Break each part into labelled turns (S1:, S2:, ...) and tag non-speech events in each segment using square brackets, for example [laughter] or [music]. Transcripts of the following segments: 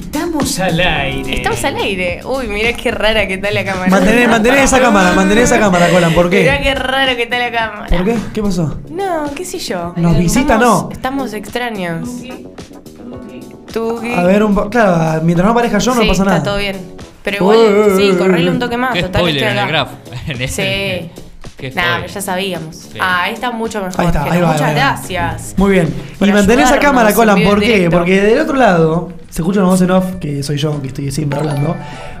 S1: Estamos al aire.
S2: Estamos al aire. Uy, mirá qué rara que está la cámara.
S3: Mantener, mantener esa cámara, mantener esa cámara, Colan, ¿por
S2: Mirá
S3: qué?
S2: qué raro que está la cámara.
S3: ¿Por qué? ¿Qué pasó?
S2: No, qué sé yo.
S3: ¿Nos visita,
S2: Estamos-
S3: no?
S2: Estamos extraños. Tuki.
S3: A ver, un po- claro, mientras no aparezca yo no
S2: sí,
S3: pasa nada.
S2: Está todo bien. Pero igual,
S3: Uy,
S2: sí,
S3: uy,
S2: correle
S3: uy.
S2: un toque más.
S4: Qué
S2: Total,
S4: spoiler
S2: estoy
S4: en el
S2: acá.
S4: graph. [laughs] En ese-
S2: Sí.
S4: Qué
S2: Nah,
S4: spoiler.
S2: pero ya sabíamos.
S4: Sí.
S2: Ah, ahí está mucho mejor.
S3: Ahí está,
S2: Jero.
S3: ahí va,
S2: Muchas
S3: ahí va.
S2: gracias.
S3: Muy bien.
S2: Por
S3: y mantener esa
S2: ayudarnos
S3: cámara,
S2: en
S3: Colan,
S2: vivo y
S3: ¿por
S2: en
S3: qué?
S2: directo.
S3: Porque del otro lado se escucha una voz en off, que soy yo, que estoy siempre hablando.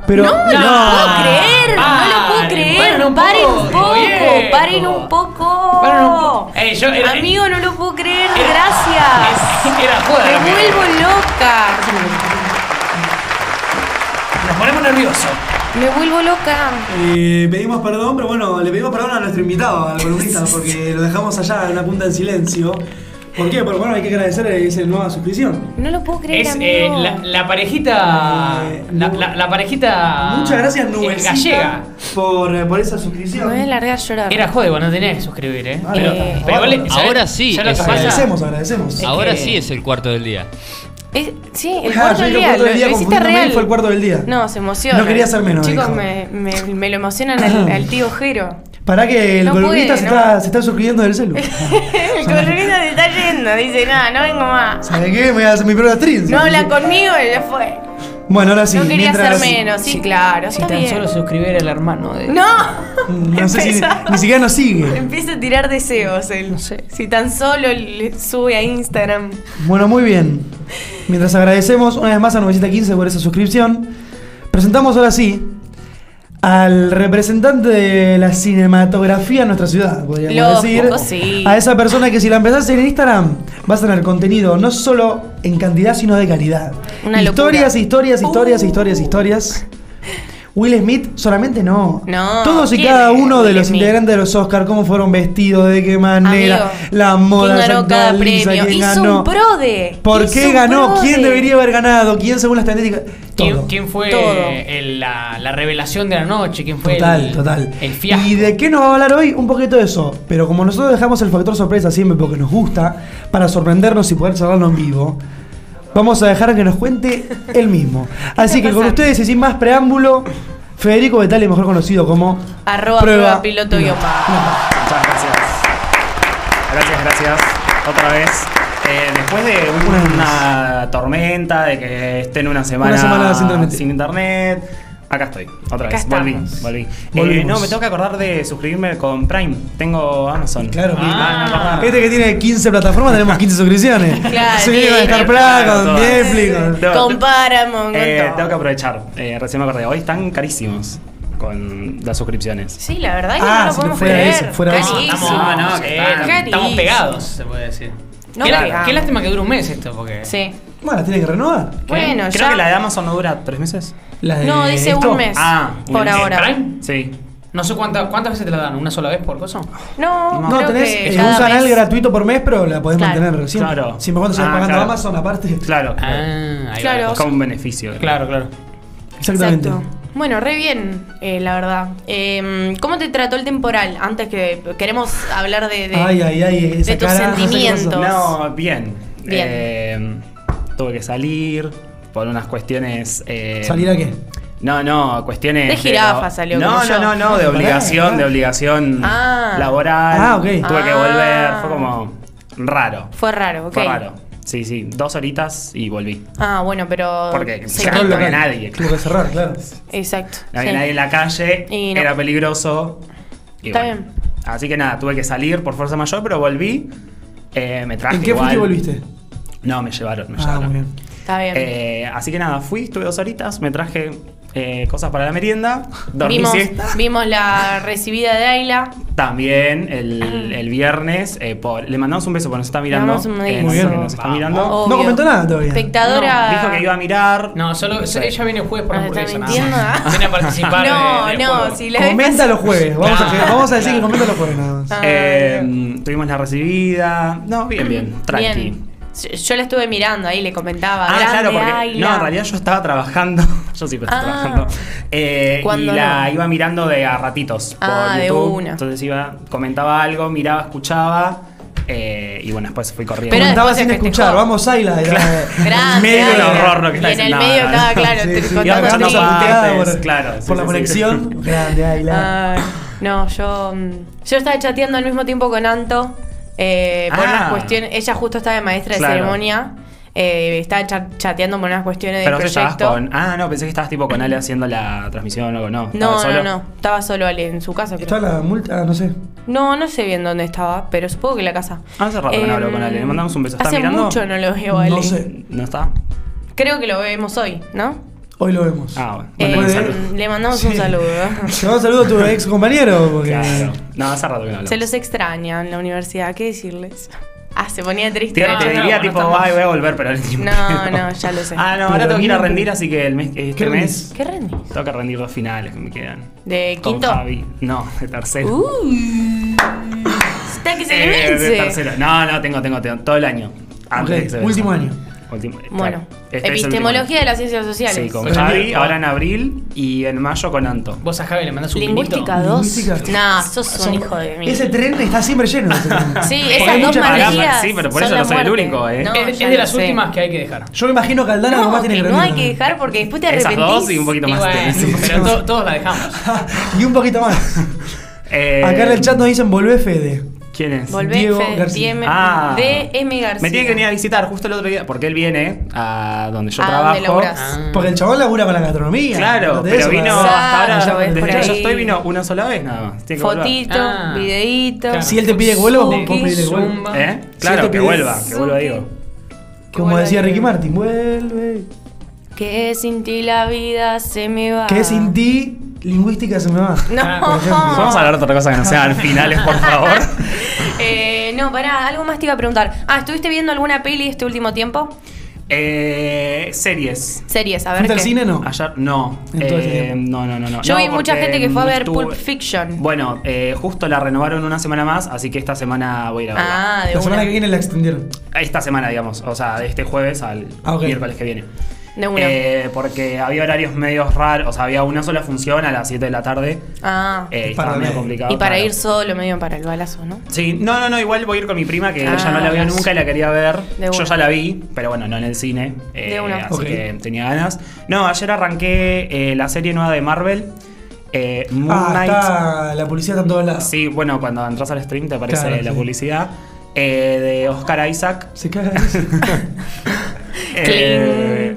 S3: Pero.
S2: No, no, lo puedo creer, no lo puedo
S1: Paren,
S2: creer.
S1: paren un
S2: Paren
S1: poco,
S2: un poco,
S1: viejo.
S2: paren un poco.
S1: Paren un poco. Eh, yo era-
S2: Amigo, no lo puedo creer,
S1: Era-
S2: gracias.
S1: [laughs] Era
S2: Me
S1: joda. lo que-
S2: vuelvo loca.
S1: Nos ponemos nerviosos.
S2: Me vuelvo loca.
S3: Eh, pedimos perdón, pero bueno, le pedimos perdón a nuestro invitado, al columnista, porque lo dejamos allá en una punta en silencio. ¿Por qué? Porque bueno, hay que agradecer esa nueva suscripción.
S2: No lo puedo creer,
S1: Es eh,
S2: amigo.
S1: la, la parejita.
S3: Eh,
S1: La,
S3: no.
S1: la- la
S2: Ah,
S1: parejita.
S3: Muchas gracias,
S1: eh,
S3: Nubecita,
S1: Gallega.
S3: por, eh, por esa
S2: Me
S3: suscripción.
S2: voy a largar a llorar.
S1: Era jode, vos no tenías que suscribir, ¿eh?
S3: Ah,
S1: pero,
S2: eh.
S1: pero igual, ¿sabés-
S4: Ahora sí,
S1: ¿sabés lo
S4: es
S1: que pasa?
S3: Agradecemos, agradecemos.
S4: Ahora
S1: que-
S4: sí es el cuarto del día.
S2: Es- sí, el
S3: Ah,
S2: cuarto
S3: yo
S2: del
S3: dije el
S2: día.
S3: cuarto
S2: Lo,
S3: del día,
S2: lo hiciste
S3: confundiéndome,
S2: real.
S3: fue el cuarto del día.
S2: No, se emociona.
S3: No quería ser menos,
S2: Chicos,
S3: dijo.
S2: me, me, me lo emocionan
S3: [laughs]
S2: al, al tío Jero.
S3: Pará que el
S2: No
S3: columnista
S2: puede,
S3: se,
S2: no.
S3: está, se está suscribiendo del
S2: [laughs]
S3: celu.
S2: El colorista se está yendo, dice, nada, no vengo más.
S3: ¿Sabes qué? Me voy a hacer mi propia actriz.
S2: No habla conmigo y ya fue.
S3: Bueno, ahora sí.
S2: no quería
S3: mientras-
S2: ser menos, sí, claro.
S1: Si
S2: está
S1: tan
S2: bien.
S1: solo suscribiera el hermano de.
S3: [laughs]
S2: No.
S3: No sé si
S2: Empezá.
S3: ni siquiera nos sigue.
S2: Empieza a tirar deseos él.
S1: No sé.
S2: Si tan solo le sube a Instagram.
S3: Bueno, muy bien. Mientras agradecemos una vez más a 915 por esa suscripción, presentamos ahora sí al representante de la cinematografía en nuestra ciudad, podríamos
S2: Lógico,
S3: decir.
S2: sí.
S3: A esa persona que si la empezás en Instagram vas a tener contenido no solo en cantidad, sino de calidad.
S2: Una
S3: historias,
S2: locura.
S3: historias, historias,
S2: Uh.
S3: historias, historias. Will Smith solamente no.
S2: No,
S3: Todos y
S2: ¿quién
S3: cada
S2: es
S3: uno de
S2: Will
S3: los
S2: Smith?
S3: integrantes de los Oscars, cómo fueron vestidos, de qué manera,
S2: Amigo,
S3: la moda,
S2: ¿Quién
S3: se
S2: ganó cada
S3: actualiza,
S2: premio?
S3: quién
S2: Hizo
S3: ganó.
S2: un prode.
S3: ¿Por
S2: Hizo
S3: qué
S2: un
S3: ganó?
S2: prode.
S3: ¿Quién debería haber ganado? ¿Quién según las estadísticas?
S1: ¿Quién,
S3: Todo.
S1: quién fue
S2: Todo.
S1: el- la, la revelación de la noche? ¿Quién fue
S3: Total,
S1: el,
S3: total.
S1: el fiasco?
S3: ¿Y de qué nos va a hablar hoy? Un poquito de eso. Pero como nosotros dejamos el factor sorpresa siempre porque nos gusta, para sorprendernos y poder charlarlo en vivo, vamos a dejar que nos cuente él mismo. Así que con
S2: pasando?
S3: ustedes y sin más preámbulo, Federico Betale, mejor conocido como
S2: Arroba prueba piloto guión bajo.
S5: Eh, Muchas gracias. Gracias, gracias. Otra vez. Eh, después de
S3: Una vez
S5: una tormenta, de que estén una semana,
S3: Una semana sin internet.
S5: internet, acá estoy. Otra
S2: Acá
S5: vez. Volví.
S2: estamos.
S5: volví. Eh,
S3: Volvimos.
S5: no, me tengo que acordar de suscribirme con Prime. Tengo Amazon.
S3: Claro, que-
S5: Ah, no, perdón.
S3: Este que tiene 15 plataformas, tenemos 15 suscripciones.
S2: Claro,
S3: sí,
S2: tiene-
S3: con Star Plus,
S5: Claro,
S3: con
S5: todas.
S3: Netflix. con-
S5: Tengo-
S2: Compáramo con
S5: Eh,
S2: todo.
S5: tengo que aprovechar. Eh, recién me acordé. Hoy están carísimos con las suscripciones.
S2: Sí, la verdad que
S3: Ah,
S2: no lo
S3: si no
S2: podemos
S3: fuera
S2: creer.
S3: eso, fuera eso.
S2: Carísimo.
S1: Ah, Estamos, no, no, que
S5: Claro.
S1: estamos- estamos
S2: Clarísimo.
S1: pegados, se puede decir.
S2: No
S1: qué, lá-
S2: pegamos.
S1: qué lástima que dure un mes esto, porque.
S2: Sí.
S3: Bueno, la tiene que renovar.
S2: Bueno,
S5: Creo
S2: ya.
S5: que la de Amazon no dura tres meses.
S3: La de
S2: No, dice
S3: esto.
S2: un mes.
S5: Ah, un
S2: por
S5: mes.
S2: ahora.
S1: ¿Prime?
S5: Sí.
S1: No sé cuántas cuántas veces te la dan, una sola vez por cosa.
S2: No,
S3: No,
S2: creo
S3: tenés
S2: que
S3: eh, un
S2: cada
S3: canal
S2: mes.
S3: gratuito por mes, pero la podés
S2: Claro.
S3: mantener siempre.
S5: Claro.
S3: Siempre cuando seas
S5: Ah,
S3: pagando
S5: claro.
S3: Amazon aparte.
S5: Claro.
S1: Ah, ahí va
S2: Claro.
S1: la
S5: Es
S1: cosa.
S5: como un beneficio.
S1: Claro, claro.
S3: Exactamente.
S2: Bueno, re bien, eh, la verdad. Eh, ¿Cómo te trató el temporal? Antes que queremos hablar de, de-
S3: Ay, ay, ay, esa
S2: de tus
S3: cara, no sé qué
S2: sentimientos.
S5: No, bien.
S2: Bien.
S5: Eh, tuve que salir por unas cuestiones. eh,
S3: ¿Salir a qué?
S5: No, no, cuestiones.
S2: De jirafa salió,
S5: No,
S2: como yo.
S5: no, no, no, de obligación, de obligación
S2: Ah.
S5: laboral.
S3: Ah, ok.
S5: Tuve que
S2: Ah.
S5: volver, fue como raro.
S2: Fue raro, ok.
S5: Fue raro. Sí, sí, dos horitas y volví.
S2: Ah, bueno, pero.
S5: Porque
S2: se quita.
S5: cerró el
S3: Cerró
S5: local.
S3: el
S5: había
S3: local.
S5: nadie.
S3: Tuvo que cerrar, claro.
S2: Exacto.
S5: No había
S2: sí.
S5: nadie en la calle,
S2: Y no.
S5: era peligroso. y
S2: Está
S5: bueno.
S2: bien.
S5: Así que nada, tuve que salir por fuerza mayor, pero volví. Eh, me traje
S3: ¿En qué
S5: igual.
S3: fuiste y volviste?
S5: No, me llevaron, me
S3: Ah,
S5: llevaron.
S3: muy bien.
S2: Está bien.
S5: Eh, así que nada, fui, estuve dos horitas, me traje eh, cosas para la merienda, dormí
S2: vimos,
S5: siesta.
S2: vimos la recibida de Ayla.
S5: También el, el viernes, eh, por- le mandamos un beso porque nos está mirando.
S2: mandamos un beso. Oh,
S5: no
S3: Muy
S5: sé
S3: bien.
S5: que nos está
S1: Vamos.
S5: mirando.
S2: Obvio.
S3: No comentó nada todavía.
S2: Espectadora.
S5: No, dijo que iba a mirar.
S1: No, solo so- ella viene el jueves por
S2: ¿Nos
S1: hamburguesa.
S2: están
S1: nada más.
S2: mintiendo?
S1: Viene a participar.
S2: [laughs] No,
S1: de- del
S2: no,
S1: juego.
S2: si la vez
S3: Comenta los jueves. Vamos, a,
S1: Claro,
S3: vamos a decir
S1: claro.
S3: que comenta los jueves nada más.
S2: Ah,
S5: Eh,
S2: bien.
S5: tuvimos la recibida. No, bien, bien. Tranqui.
S2: Bien. Yo- Yo la estuve mirando ahí, le comentaba.
S5: Ah,
S2: grande
S5: claro, porque.
S2: Ayla.
S5: No, en realidad yo estaba trabajando. [laughs] Yo siempre
S2: Ah.
S5: estoy trabajando. Eh, y
S2: ¿Cuándo
S5: la
S2: no?
S5: iba mirando de a ratitos.
S2: Ah,
S5: por
S2: de
S5: YouTube.
S2: una.
S5: Entonces iba, comentaba algo, miraba, escuchaba. Eh, y bueno, después fui corriendo.
S2: Pero
S3: Comentaba
S2: después se
S3: sin
S2: festejó.
S3: escuchar, vamos Ayla. [laughs]
S2: Grande,
S5: medio del
S2: Ayla.
S5: horror lo que
S2: Y
S5: está
S2: en el
S5: diciendo.
S2: medio
S5: No, [laughs]
S2: estaba,
S5: no,
S2: claro,
S3: Sí,
S2: te-
S3: sí,
S5: Iba
S2: contando
S5: escuchando
S2: a ti.
S5: pa-
S3: puteada
S5: partes,
S3: por,
S5: claro, sí,
S3: por la
S5: sí,
S2: [laughs]
S5: sí.
S3: conexión.
S5: [laughs]
S3: Grande, Ayla.
S2: Ay, no, yo, mm, yo estaba chateando al mismo tiempo con Anto eh, por
S5: Ah.
S2: unas cuestiones. Ella justo estaba de maestra
S5: Claro.
S2: de ceremonia. eh, estaba cha- chateando por unas cuestiones
S5: Pero
S2: del
S5: vos estabas
S2: proyecto.
S5: con. Ah, no, pensé que estabas tipo con Ale haciendo la transmisión o algo, no.
S2: No,
S5: estabas
S2: no,
S5: solo.
S2: no. Estaba solo Ale en su casa. creo.
S3: ¿Está la multa? Ah, no sé.
S2: No, no sé bien dónde estaba, pero supongo que en la casa.
S5: Ah,
S2: Em,
S5: Hace rato que no hablo con Ale. Le mandamos un beso. ¿Está
S2: Hace
S5: mirando?
S2: mucho no lo veo a Ale.
S3: No sé.
S5: ¿No está?
S2: Creo que lo vemos hoy, ¿no?
S3: Hoy lo vemos.
S5: Ah, bueno.
S2: Eh,
S5: Mándale un
S3: Puede-
S5: saludo.
S2: le mandamos un
S3: Sí.
S2: saludo.
S5: [laughs]
S3: Te mando un saludo a tu ex compañero. Porque...
S5: Claro. No, hace rato que no hablo.
S2: Se los extraña en la universidad, ¿qué decirles? Ah, se ponía
S5: Te,
S1: No,
S2: triste.
S5: te
S1: no,
S5: diría
S1: no
S5: tipo,
S1: estamos.
S5: ay, voy a volver, pero ni un
S2: No,
S5: pedo.
S2: no, ya lo sé.
S5: Ah, no,
S3: Pero
S5: ahora tengo que ir a
S3: no te-
S5: rendir, así que el mes, este
S3: ¿Qué
S5: mes
S2: ¿Qué rendís?
S5: tengo que rendir dos finales que me quedan.
S2: ¿De
S5: Con
S2: quinto?
S5: Javi. No, de tercero.
S2: Uh, está que se le
S5: Eh, de
S2: vence.
S5: tercero. No, no, tengo, tengo, tengo. Todo el año. Ah, Antes
S3: Ok,
S5: de que se vea.
S3: último año.
S5: Último-
S2: Bueno,
S5: claro. Este es el último año.
S2: epistemología de las ciencias sociales.
S5: Sí, con
S3: Oye,
S5: Javi,
S3: bien.
S5: ahora en abril y en mayo con Anto.
S1: Vos a Javi le mandás un
S2: Lingüística
S1: vinito.
S2: 2.
S3: Lingüística.
S2: Nah, sos un
S3: Son-
S2: hijo de mí.
S3: Ese tren está siempre lleno. ese tren.
S2: [laughs] Sí,
S5: Porque
S2: esas
S5: hay
S2: dos
S5: muchas
S2: materias.
S5: palabras, sí, pero por
S2: son
S5: eso
S2: la
S5: no soy el
S2: muerte.
S5: único, ¿eh?
S2: No,
S1: es es
S2: ya
S1: de
S2: lo
S1: las
S2: sé.
S1: últimas que hay que dejar.
S3: Yo me imagino que Aldana
S2: No,
S3: nomás
S2: que
S3: tiene que
S2: no hay
S3: rendir.
S2: que dejar porque después te
S5: Esas
S2: arrepentís.
S5: dos y un poquito
S1: Y
S5: más.
S1: bueno,
S5: Sí.
S1: pero to- todos la dejamos.
S3: [laughs] y un poquito más.
S5: Eh,
S3: Acá en el chat nos dicen volvé Fede.
S5: ¿Quién es?
S2: Volvé,
S3: Diego
S2: Fede,
S3: García.
S2: DM,
S5: Ah.
S2: DM García.
S5: Me tiene que venir a visitar justo el otro día, porque él viene a donde yo
S2: ¿A
S5: trabajo. Ah.
S2: dónde Ah, laburás?
S3: Porque el chabón labura con la gastronomía.
S5: Claro,
S3: No te
S5: pero
S3: des-
S5: vino
S2: Mm. Exacto,
S5: hasta
S2: ya
S5: ahora.
S2: ves,
S5: Desde
S2: por
S5: que yo
S2: ahí.
S5: estoy vino una sola vez nada más. Tiene que volver. ¿Eh?
S2: Fotito,
S1: Ah.
S2: videíto.
S1: Claro.
S3: Si él te pide que vuelva, vos podés pedirle que vuelva.
S1: Zumba.
S5: ¿Eh?
S3: Si
S5: Claro,
S3: él te
S5: que
S3: pide-
S5: vuelva, que vuelva, digo.
S3: Como decía Ricky Martin, vuelve.
S2: Que sin ti la vida se me va.
S3: Que sin ti, lingüística se me va.
S2: Ah. [laughs] No.
S1: Ah,
S5: Vamos a hablar de otra cosa que no sean
S2: [laughs]
S5: finales, por favor.
S2: Eh, no, pará, algo más te iba a preguntar. Ah, ¿estuviste viendo alguna peli este último tiempo?
S5: Eh, series.
S2: Series, a ver.
S3: ¿Fuiste al
S2: qué. Ah,
S3: cine no?
S5: Ayer no.
S3: En todo este
S5: Eh,
S3: tiempo.
S5: no, no, no, no.
S2: Yo
S5: No,
S2: vi mucha
S5: porque,
S2: gente que fue a
S5: mm,
S2: ver
S5: estuve-
S2: Pulp Fiction.
S5: Bueno, eh, justo la renovaron una semana más, así que esta semana voy a ir a verla.
S2: ah, de
S3: La
S2: una.
S3: semana que viene la extendieron.
S5: Esta semana, digamos. O sea, de este jueves al
S3: Ah, ok.
S5: miércoles que viene.
S2: De una.
S5: Eh, porque había horarios medios raros. O sea, había una sola función a las 7 de la tarde.
S2: ah.
S5: Eh, y
S3: Para
S5: estaba medio
S3: ver.
S5: complicado.
S2: y para
S5: claro.
S2: ir solo, medio para el balazo,
S5: [laughs]
S2: ¿no?
S5: Sí, no, no, no, igual voy a ir con mi prima que
S2: Ah,
S5: ella no la vio
S2: las-
S5: nunca y la quería ver.
S2: De
S5: Yo
S2: una.
S5: ya la vi, pero bueno, no en el cine. eh,
S2: De una.
S5: Así
S3: Ok.
S5: que tenía ganas. No, ayer arranqué eh, la serie nueva de Marvel, eh, Moon
S3: Ah,
S5: Knight.
S3: está, la policía está en todos lados.
S5: Sí, bueno, cuando entras al stream te aparece
S3: Claro,
S5: la
S3: sí.
S5: publicidad eh, de Oscar Isaac.
S2: [laughs]
S3: Se caga de risa.
S5: Eh,
S2: Que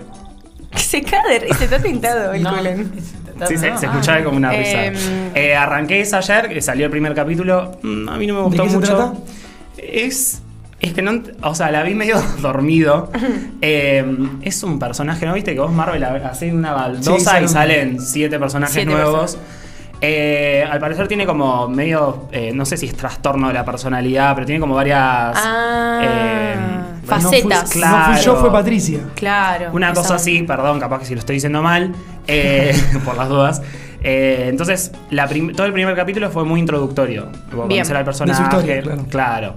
S2: se cae de risa, está tentado el
S1: No.
S2: colon.
S5: sí, se,
S1: No,
S5: se
S1: ah.
S5: escuchaba como una risa.
S2: Em.
S5: Eh, arranqué esa ayer, eh, salió el primer capítulo. Mm, A mí no me gustó
S3: qué se
S5: mucho.
S3: trata?
S5: Es. Es que no. ent- O sea, la vi medio [laughs]
S2: [laughs]
S5: dormido. Eh, es un personaje, ¿no viste? Que vos, Marvel, ha- hacés una baldosa
S3: Sí, sale
S5: y
S3: un-
S5: salen siete personajes
S2: Siete
S5: nuevos. Eh, al parecer tiene como medio. eh, no sé si es trastorno de la personalidad, pero tiene como varias.
S2: Ah,
S5: eh,
S3: No
S2: facetas.
S3: fui-
S5: Claro.
S3: No fui yo, fue Patricia.
S2: Claro.
S5: Una
S2: esa
S5: cosa
S2: onda.
S5: así, perdón, capaz que si lo estoy diciendo mal,
S2: [laughs]
S5: eh, [laughs] por las dudas. Eh, entonces, la prim- todo el primer capítulo fue muy introductorio. Como
S2: Bien.
S5: Conocer al
S2: De
S3: su
S5: personaje.
S3: historia, claro.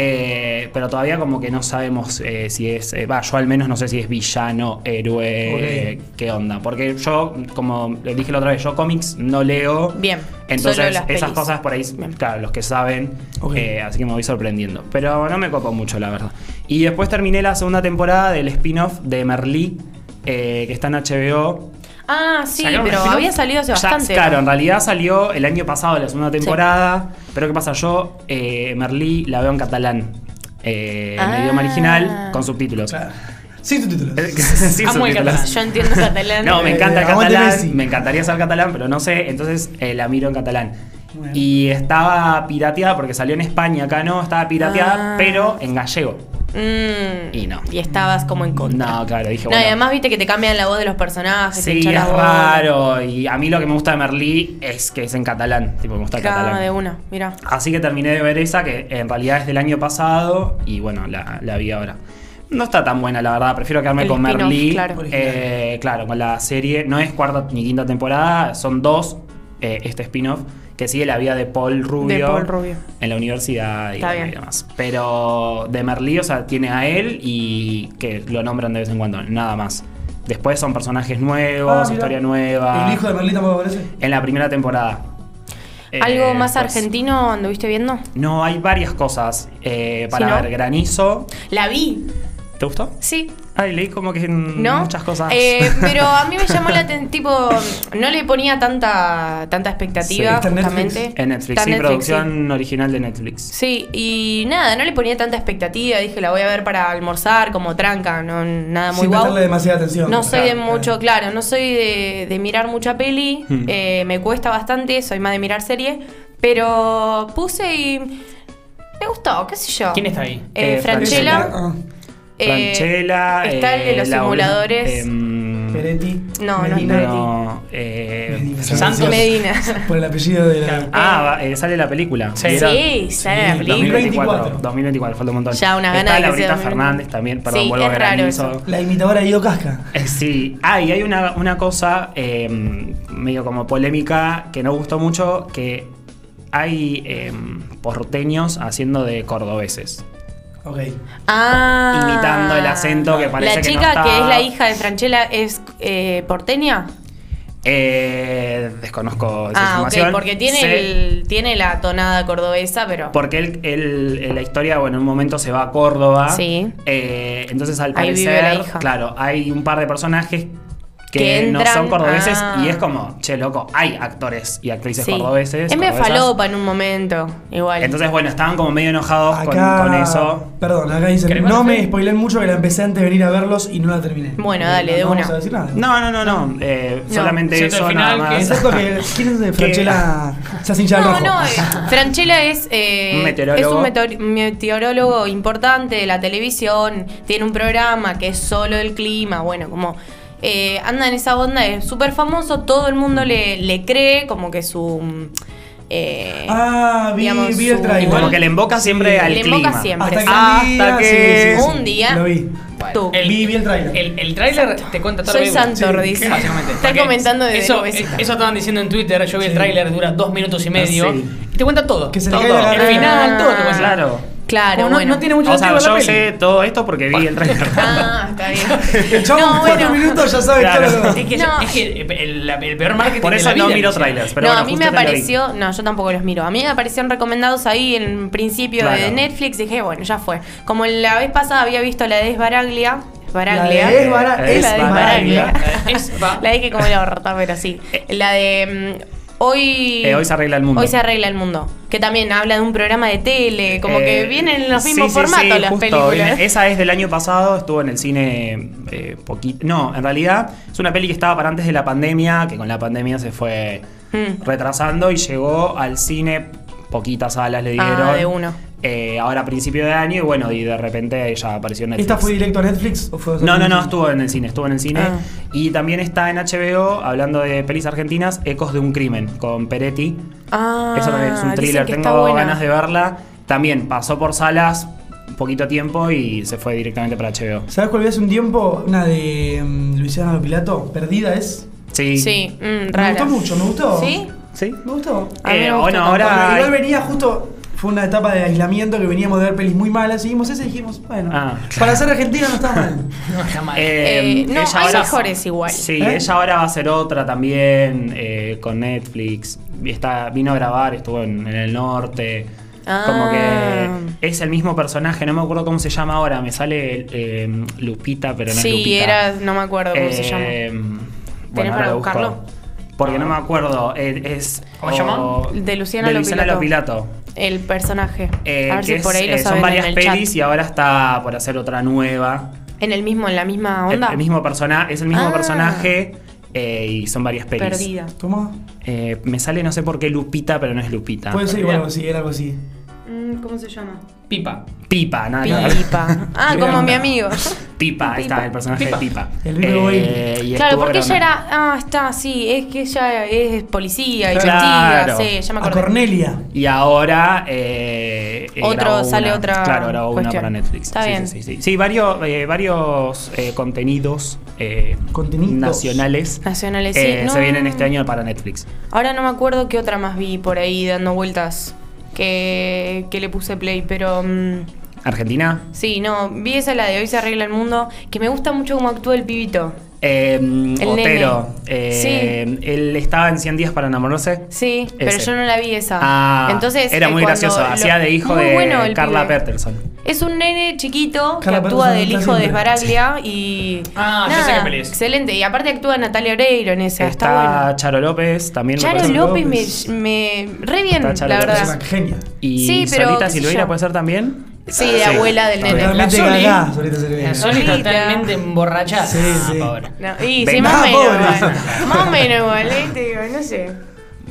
S5: Eh, pero todavía como que no sabemos eh, si es... eh, Va, yo al menos no sé si es villano, héroe, eh, qué onda. Porque yo, como les dije la otra vez, yo cómics no leo.
S2: Bien, solo
S5: Entonces,
S2: las
S5: esas
S2: pelis.
S5: cosas por ahí,
S2: Bien.
S5: claro, los que saben.
S3: Ok.
S5: eh, así que me voy sorprendiendo. Pero no me copo mucho, la verdad. Y después terminé la segunda temporada del spin-off de Merlí, eh, que está en HBO.
S2: Ah, sí,
S5: ¿Sacaron
S2: pero
S5: un spin-off?
S2: había salido hace
S5: Ya,
S2: bastante.
S5: Claro, en realidad salió el año pasado, la segunda temporada. Pero ¿qué pasa? Yo, eh, Merlí, la veo en catalán. eh, En
S2: Ah.
S5: el idioma original, con subtítulos. [laughs]
S3: Sí, tu título.
S5: Eh, sí,
S1: Amo el
S5: subtítulos.
S1: catalán.
S2: Ah, Yo entiendo catalán.
S5: No, me encanta el
S3: Eh, aguante Messi.
S5: catalán. Me encantaría ser catalán, pero no sé. Entonces eh, la miro en catalán.
S3: Bueno.
S5: Y estaba pirateada porque salió en España, acá no, estaba pirateada,
S2: Ah.
S5: pero en gallego.
S2: Mm,
S5: Y no.
S2: Y estabas como en contra.
S5: No, claro, dije,
S2: No,
S5: bueno.
S2: y además viste que te cambian la voz de los personajes. te
S5: Sí,
S2: echan la
S5: es
S2: voz.
S5: raro. Y a mí lo que me gusta de Merlí es que es en catalán. Tipo, me gusta el
S2: Cada
S5: catalán.
S2: de una, mira.
S5: Así que terminé de ver esa, que en realidad es del año pasado, y bueno, la, la vi ahora. No está tan buena, la verdad. Prefiero quedarme
S2: El
S5: con
S2: spin-off,
S5: Merlí.
S2: claro.
S5: Eh, claro, con la serie. No es cuarta ni quinta temporada, son dos, eh, este spin-off, que sigue la vida de Paul Rubio.
S2: De Paul Rubio.
S5: En la universidad y,
S2: Está bien.
S5: y demás. Pero de Merlí, o sea, tiene a él y que lo nombran de vez en cuando, nada más. Después son personajes nuevos,
S3: Ah, mira.
S5: historia nueva.
S3: El hijo de Merlí tampoco aparece.
S5: En la primera temporada. Eh,
S2: ¿Algo más
S5: pues,
S2: argentino anduviste viendo?
S5: No, hay varias cosas eh, para
S2: Sí, ¿no?
S5: ver. Granizo.
S2: La vi,
S5: ¿Te gustó?
S2: sí.
S5: Ay, leí como que mm,
S2: ¿No?
S5: muchas cosas. [laughs]
S2: Eh, pero a mí me llamó la atención, tipo, no le ponía tanta, tanta expectativa,
S3: Sí, está en
S2: justamente.
S3: Netflix.
S5: en Netflix,
S2: eh, Está
S5: sí,
S2: en Netflix, sí.
S5: producción original de Netflix.
S2: Sí, y nada, no le ponía tanta expectativa, dije la voy a ver para almorzar, como tranca, no nada muy
S3: Sin
S2: guau.
S3: prestarle demasiada atención.
S2: No soy de
S3: Claro,
S2: mucho,
S3: claro.
S2: claro, no soy de, de mirar mucha peli,
S5: Hmm.
S2: eh, me cuesta bastante, soy más de mirar serie, pero puse y me gustó, qué sé yo.
S1: ¿Quién está ahí?
S2: Eh,
S5: Eh,
S2: Franchella.
S3: Ah,
S2: eh,
S5: Franchella. eh,
S2: está el de los
S5: Laura,
S2: simuladores.
S5: em,
S3: Peretti.
S2: No, no,
S3: Medina.
S2: Peretti.
S5: no, eh,
S3: Medina,
S1: Santos.
S2: Medina.
S3: [laughs] Por el apellido de la.
S5: Ah, va- eh, sale la película.
S1: Sí.
S5: Era-
S2: Sí, sale la
S3: Sí,
S2: película.
S5: 2024. 2024, falta un montón.
S2: Ya, una gana
S5: Está
S2: de que
S5: Laurita
S2: sea 2024.
S5: Fernández también, perdón,
S2: Sí,
S5: vuelvo
S2: es
S5: a
S2: raro
S5: granizo.
S2: eso.
S3: La imitadora de Ido Casca.
S5: Eh, Sí, ah, y hay una, una cosa eh, medio como polémica que no gustó mucho, que hay eh, porteños haciendo de cordobeses,
S3: Ok.
S2: Ah.
S5: imitando el acento que parece
S2: La
S5: que no
S2: chica
S5: está.
S2: que es la hija de Franchella es eh, porteña.
S5: Eh, desconozco esa
S2: Ah,
S5: información.
S2: ok, porque tiene,
S5: Sé-
S2: el, tiene la tonada cordobesa, pero...
S5: Porque él, él- en la historia, bueno, en un momento se va a Córdoba.
S2: Sí.
S5: Eh, entonces, al
S2: Ahí vive
S5: parecer,
S2: la hija.
S5: claro, hay un par de personajes que,
S2: Que
S5: no
S2: entran,
S5: son cordobeses
S2: ah.
S5: y es como, che, loco, hay actores y actrices
S2: Sí.
S5: cordobeses.
S2: Es medio
S5: cordobesas.
S2: falopa en un momento, igual.
S5: Entonces, bueno, estaban como medio enojados con,
S3: Acá.
S5: con eso.
S3: Perdón, acá dicen.
S1: ¿Queremos
S3: No
S1: hacer?
S3: me spoilen mucho que la empecé antes de venir a verlos y no la terminé.
S2: Bueno, dale, de
S3: no
S2: una.
S3: vamos a decir nada.
S5: No, no, no, no. eh,
S2: No.
S5: Solamente
S1: Siento el
S5: eso,
S1: final
S5: nada
S1: que
S5: más.
S3: Excepto que. ¿Quién es de Franchella? Se hacen ya el
S2: no,
S3: rojo. [laughs]
S2: no, eh, Franchella es, eh,
S5: Un meteorólogo.
S2: es un meteor- meteorólogo importante de la televisión, tiene un programa que es solo el clima, bueno, como eh, anda en esa onda, es súper famoso, todo el mundo le, le cree, como que su... mm, eh,
S3: Ah, vi,
S2: digamos,
S3: vi el
S2: su-
S3: trailer.
S5: Como que le emboca siempre
S3: Sí.
S5: al
S2: Le
S5: clima.
S2: emboca siempre.
S3: Hasta que,
S5: Hasta
S3: un día,
S5: que-
S3: sí, sí, sí.
S2: Un día.
S3: Lo vi.
S2: tú.
S1: El-
S3: vi, vi el trailer.
S1: El, el tráiler te cuenta todo lo
S2: Soy
S1: que-
S2: Santor,
S1: Sí,
S2: dice.
S1: básicamente.
S2: Está
S1: Porque
S2: comentando desde
S1: eso,
S2: Covesita.
S1: eso estaban diciendo en Twitter. Yo vi el
S3: Sí.
S1: tráiler, dura dos minutos
S2: Ah,
S1: y medio.
S5: Sí.
S1: Y te cuenta todo.
S3: Que se le
S1: todo.
S3: cae la
S1: el
S3: garganta.
S1: final, todo te cuenta.
S5: Claro.
S2: Claro,
S1: Como no,
S2: bueno.
S1: no tiene mucho
S5: O sea,
S1: sentido la peli.
S5: yo sé todo esto porque vi el trailer.
S2: [laughs] Ah, está bien.
S3: [laughs] El chabón,
S2: no,
S3: cuatro
S2: bueno.
S3: minutos ya sabes
S5: Claro.
S3: todo lo que-
S1: Es que,
S2: No.
S1: es que el, el peor marketing
S5: Por
S1: de
S5: eso
S1: la
S5: no
S1: vida,
S5: miro
S1: quisiera.
S5: trailers. Pero
S2: no,
S5: bueno,
S2: a mí
S5: justo
S2: me
S5: te lo vi.
S2: apareció, no, yo tampoco los miro. A mí me aparecieron recomendados ahí en principio de
S5: Claro.
S2: Netflix. Dije, bueno, ya fue. Como la vez pasada había visto la de Esbaraglia. Esbaraglia.
S3: La de Esbara-
S5: Es
S2: La de
S5: Baraglia.
S2: Esbaraglia.
S1: Es- va.
S2: La dije como la horta, pero sí. La de. mm, hoy.
S5: Eh, hoy se arregla el mundo.
S2: Hoy se arregla el mundo. Que también habla de un programa de tele. Como que
S5: Eh,
S2: vienen en los
S5: sí,
S2: mismos
S5: sí,
S2: formatos
S5: sí,
S2: las
S5: justo,
S2: películas.
S5: viene- esa es del año pasado, estuvo en el cine eh, poquito. No, en realidad es una peli que estaba para antes de la pandemia, que con la pandemia se fue
S2: Mm.
S5: retrasando y llegó al cine. Poquitas salas le dieron.
S2: Ah, de uno.
S5: Eh, ahora a principio de año y bueno, y de repente ya apareció en Netflix.
S3: ¿Esta fue directo a Netflix o fue
S5: No, no, no, estuvo en el cine, estuvo en el cine.
S2: Ah.
S5: Y también está en HBO, hablando de pelis argentinas, Ecos de un crimen, con Peretti.
S2: Ah,
S5: Eso también es un
S2: dicen
S5: thriller.
S2: que está
S5: Tengo
S2: buena.
S5: ganas de verla. También pasó por salas poquito tiempo y se fue directamente para HBO.
S3: ¿Sabes cuál vi hace un tiempo? Una de mm, Luciano Pilato. Perdida es.
S5: Sí.
S2: Sí, mm,
S3: Me
S2: rara.
S3: gustó mucho, me gustó.
S2: ¿Sí?
S5: Sí.
S3: Me gustó.
S2: A mí me
S5: Eh,
S2: gustó
S5: bueno,
S3: Porque
S5: ahora.
S3: igual venía justo. Fue una etapa de aislamiento que veníamos de ver pelis muy malas. Y vimos esa y dijimos, bueno,
S5: Ah,
S3: para ser argentina no está
S5: [laughs]
S3: mal.
S1: No, está mal.
S5: eh,
S2: Eh, no,
S5: ella
S2: hay mejores igual.
S5: Sí,
S3: ¿Eh?
S5: ella ahora va a hacer otra también eh, con Netflix. Está, vino a grabar, estuvo en, en el norte.
S2: Ah.
S5: Como que es el mismo personaje, no me acuerdo cómo se llama ahora. Me sale eh, Lupita, pero no es
S2: Sí,
S5: Lupita.
S2: era, no me acuerdo cómo se llama.
S5: Eh,
S2: ¿Tenés
S5: ahora
S2: para
S5: lo
S2: buscarlo?
S5: busco. Porque no me acuerdo. eh, Es,
S1: ¿Cómo se llama?
S5: o-
S2: De Luciana Lopilato.
S5: Lopilato.
S2: El personaje.
S5: Eh,
S2: a ver
S5: que
S2: si
S5: es,
S2: por ahí lo
S5: eh,
S2: saben
S5: son varias
S2: en el
S5: pelis y ahora está por hacer otra nueva.
S2: chat. En el mismo, en la misma
S5: El,
S2: onda.
S5: el mismo persona, es el mismo
S2: Ah.
S5: personaje eh, y son varias pelis.
S2: Perdida.
S3: Toma.
S5: Eh, me sale no sé por qué Lupita, pero no es Lupita.
S3: Puede ser
S1: mira.
S3: igual algo así, era algo así.
S2: Mm, ¿Cómo se llama?
S1: Pipa.
S5: Pipa, nada que ver.
S2: Pipa. [laughs] Ah,
S3: Mira.
S2: como mi amigo.
S5: Pipa, ahí está el personaje
S1: Pipa.
S5: de Pipa. Eh,
S3: El Vivo Boy.
S5: y
S2: claro,
S5: estuvo
S2: porque
S5: grabando.
S2: ella era. Ah, está, sí. Es que ella es policía y
S5: Claro.
S2: investiga. Sí, ya me
S3: A
S2: acordé.
S3: Cornelia.
S5: Y ahora. eh, eh,
S2: Otro,
S5: grabó
S2: sale
S5: una-
S2: otra
S5: Claro, grabó una
S2: cuestión.
S5: para Netflix.
S2: Está
S5: sí,
S2: bien.
S5: Sí, sí, sí. Sí, varios, eh, varios eh, contenidos, eh,
S3: Contenidos.
S5: nacionales.
S2: Nacionales, sí.
S5: eh,
S2: No.
S5: Se vienen este año para Netflix.
S2: Ahora no me acuerdo qué otra más vi por ahí dando vueltas que, que le puse play, pero. mm,
S5: Argentina.
S2: sí, no. Vi esa la de Hoy se arregla el mundo. Que me gusta mucho cómo actúa el pibito.
S5: Eh,
S2: El
S5: Otero.
S2: nene.
S5: eh, Él estaba en 100 días para enamorarse.
S2: Sí, pero
S5: Ese.
S2: yo no la vi esa.
S5: Ah,
S2: Entonces,
S5: era
S2: eh,
S5: muy
S2: cuando
S5: gracioso.
S2: lo-
S5: Hacía de hijo
S2: Muy
S5: de
S2: bueno el
S5: Carla
S2: pibe.
S5: Peterson.
S2: Es un nene chiquito
S3: Carla
S2: que actúa
S3: Peterson
S2: del
S3: está
S2: hijo de
S3: siempre.
S2: Esbaraglia y.
S1: Ah, ya sé qué peli es.
S2: Excelente. Y aparte actúa Natalia Oreiro en esa.
S5: Está,
S2: Está, bueno.
S5: Charo López también. me
S2: Charo
S5: parece.
S2: López,
S3: López.
S2: me, me- re bien,
S5: Está
S2: la
S5: Charo López.
S2: verdad.
S3: Es una genia.
S5: Y
S2: Sí, pero,
S5: Solita
S2: qué sé
S5: Silveira
S2: yo.
S5: puede ser también.
S2: Sí, de abuela del nene.
S1: La
S3: Totalmente
S1: Soli.
S3: gagá, Solita
S5: eh,
S3: Silveira.
S1: La Soli
S2: Solita.
S1: totalmente emborrachada.
S3: Sí,
S1: Ah,
S3: sí.
S1: pobre.
S2: No, y sí,
S5: Venga,
S2: más o menos.
S3: pobre.
S2: igual. Más o menos igual, ¿eh? Te digo, no sé.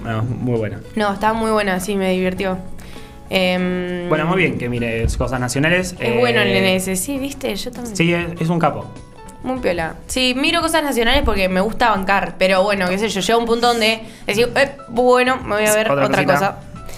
S5: No, muy bueno.
S2: No, está muy buena, sí, me divirtió. Em,
S5: Bueno, muy bien que mire sus cosas nacionales.
S2: Es
S5: Eh,
S2: bueno el NS, sí, viste, yo también.
S5: Sí, es es un capo.
S2: Muy piola. Sí, miro cosas nacionales porque me gusta bancar, pero bueno, qué sé yo, llega un punto donde decir, eh, bueno, me voy a ver otra,
S5: cosita.
S2: cosa.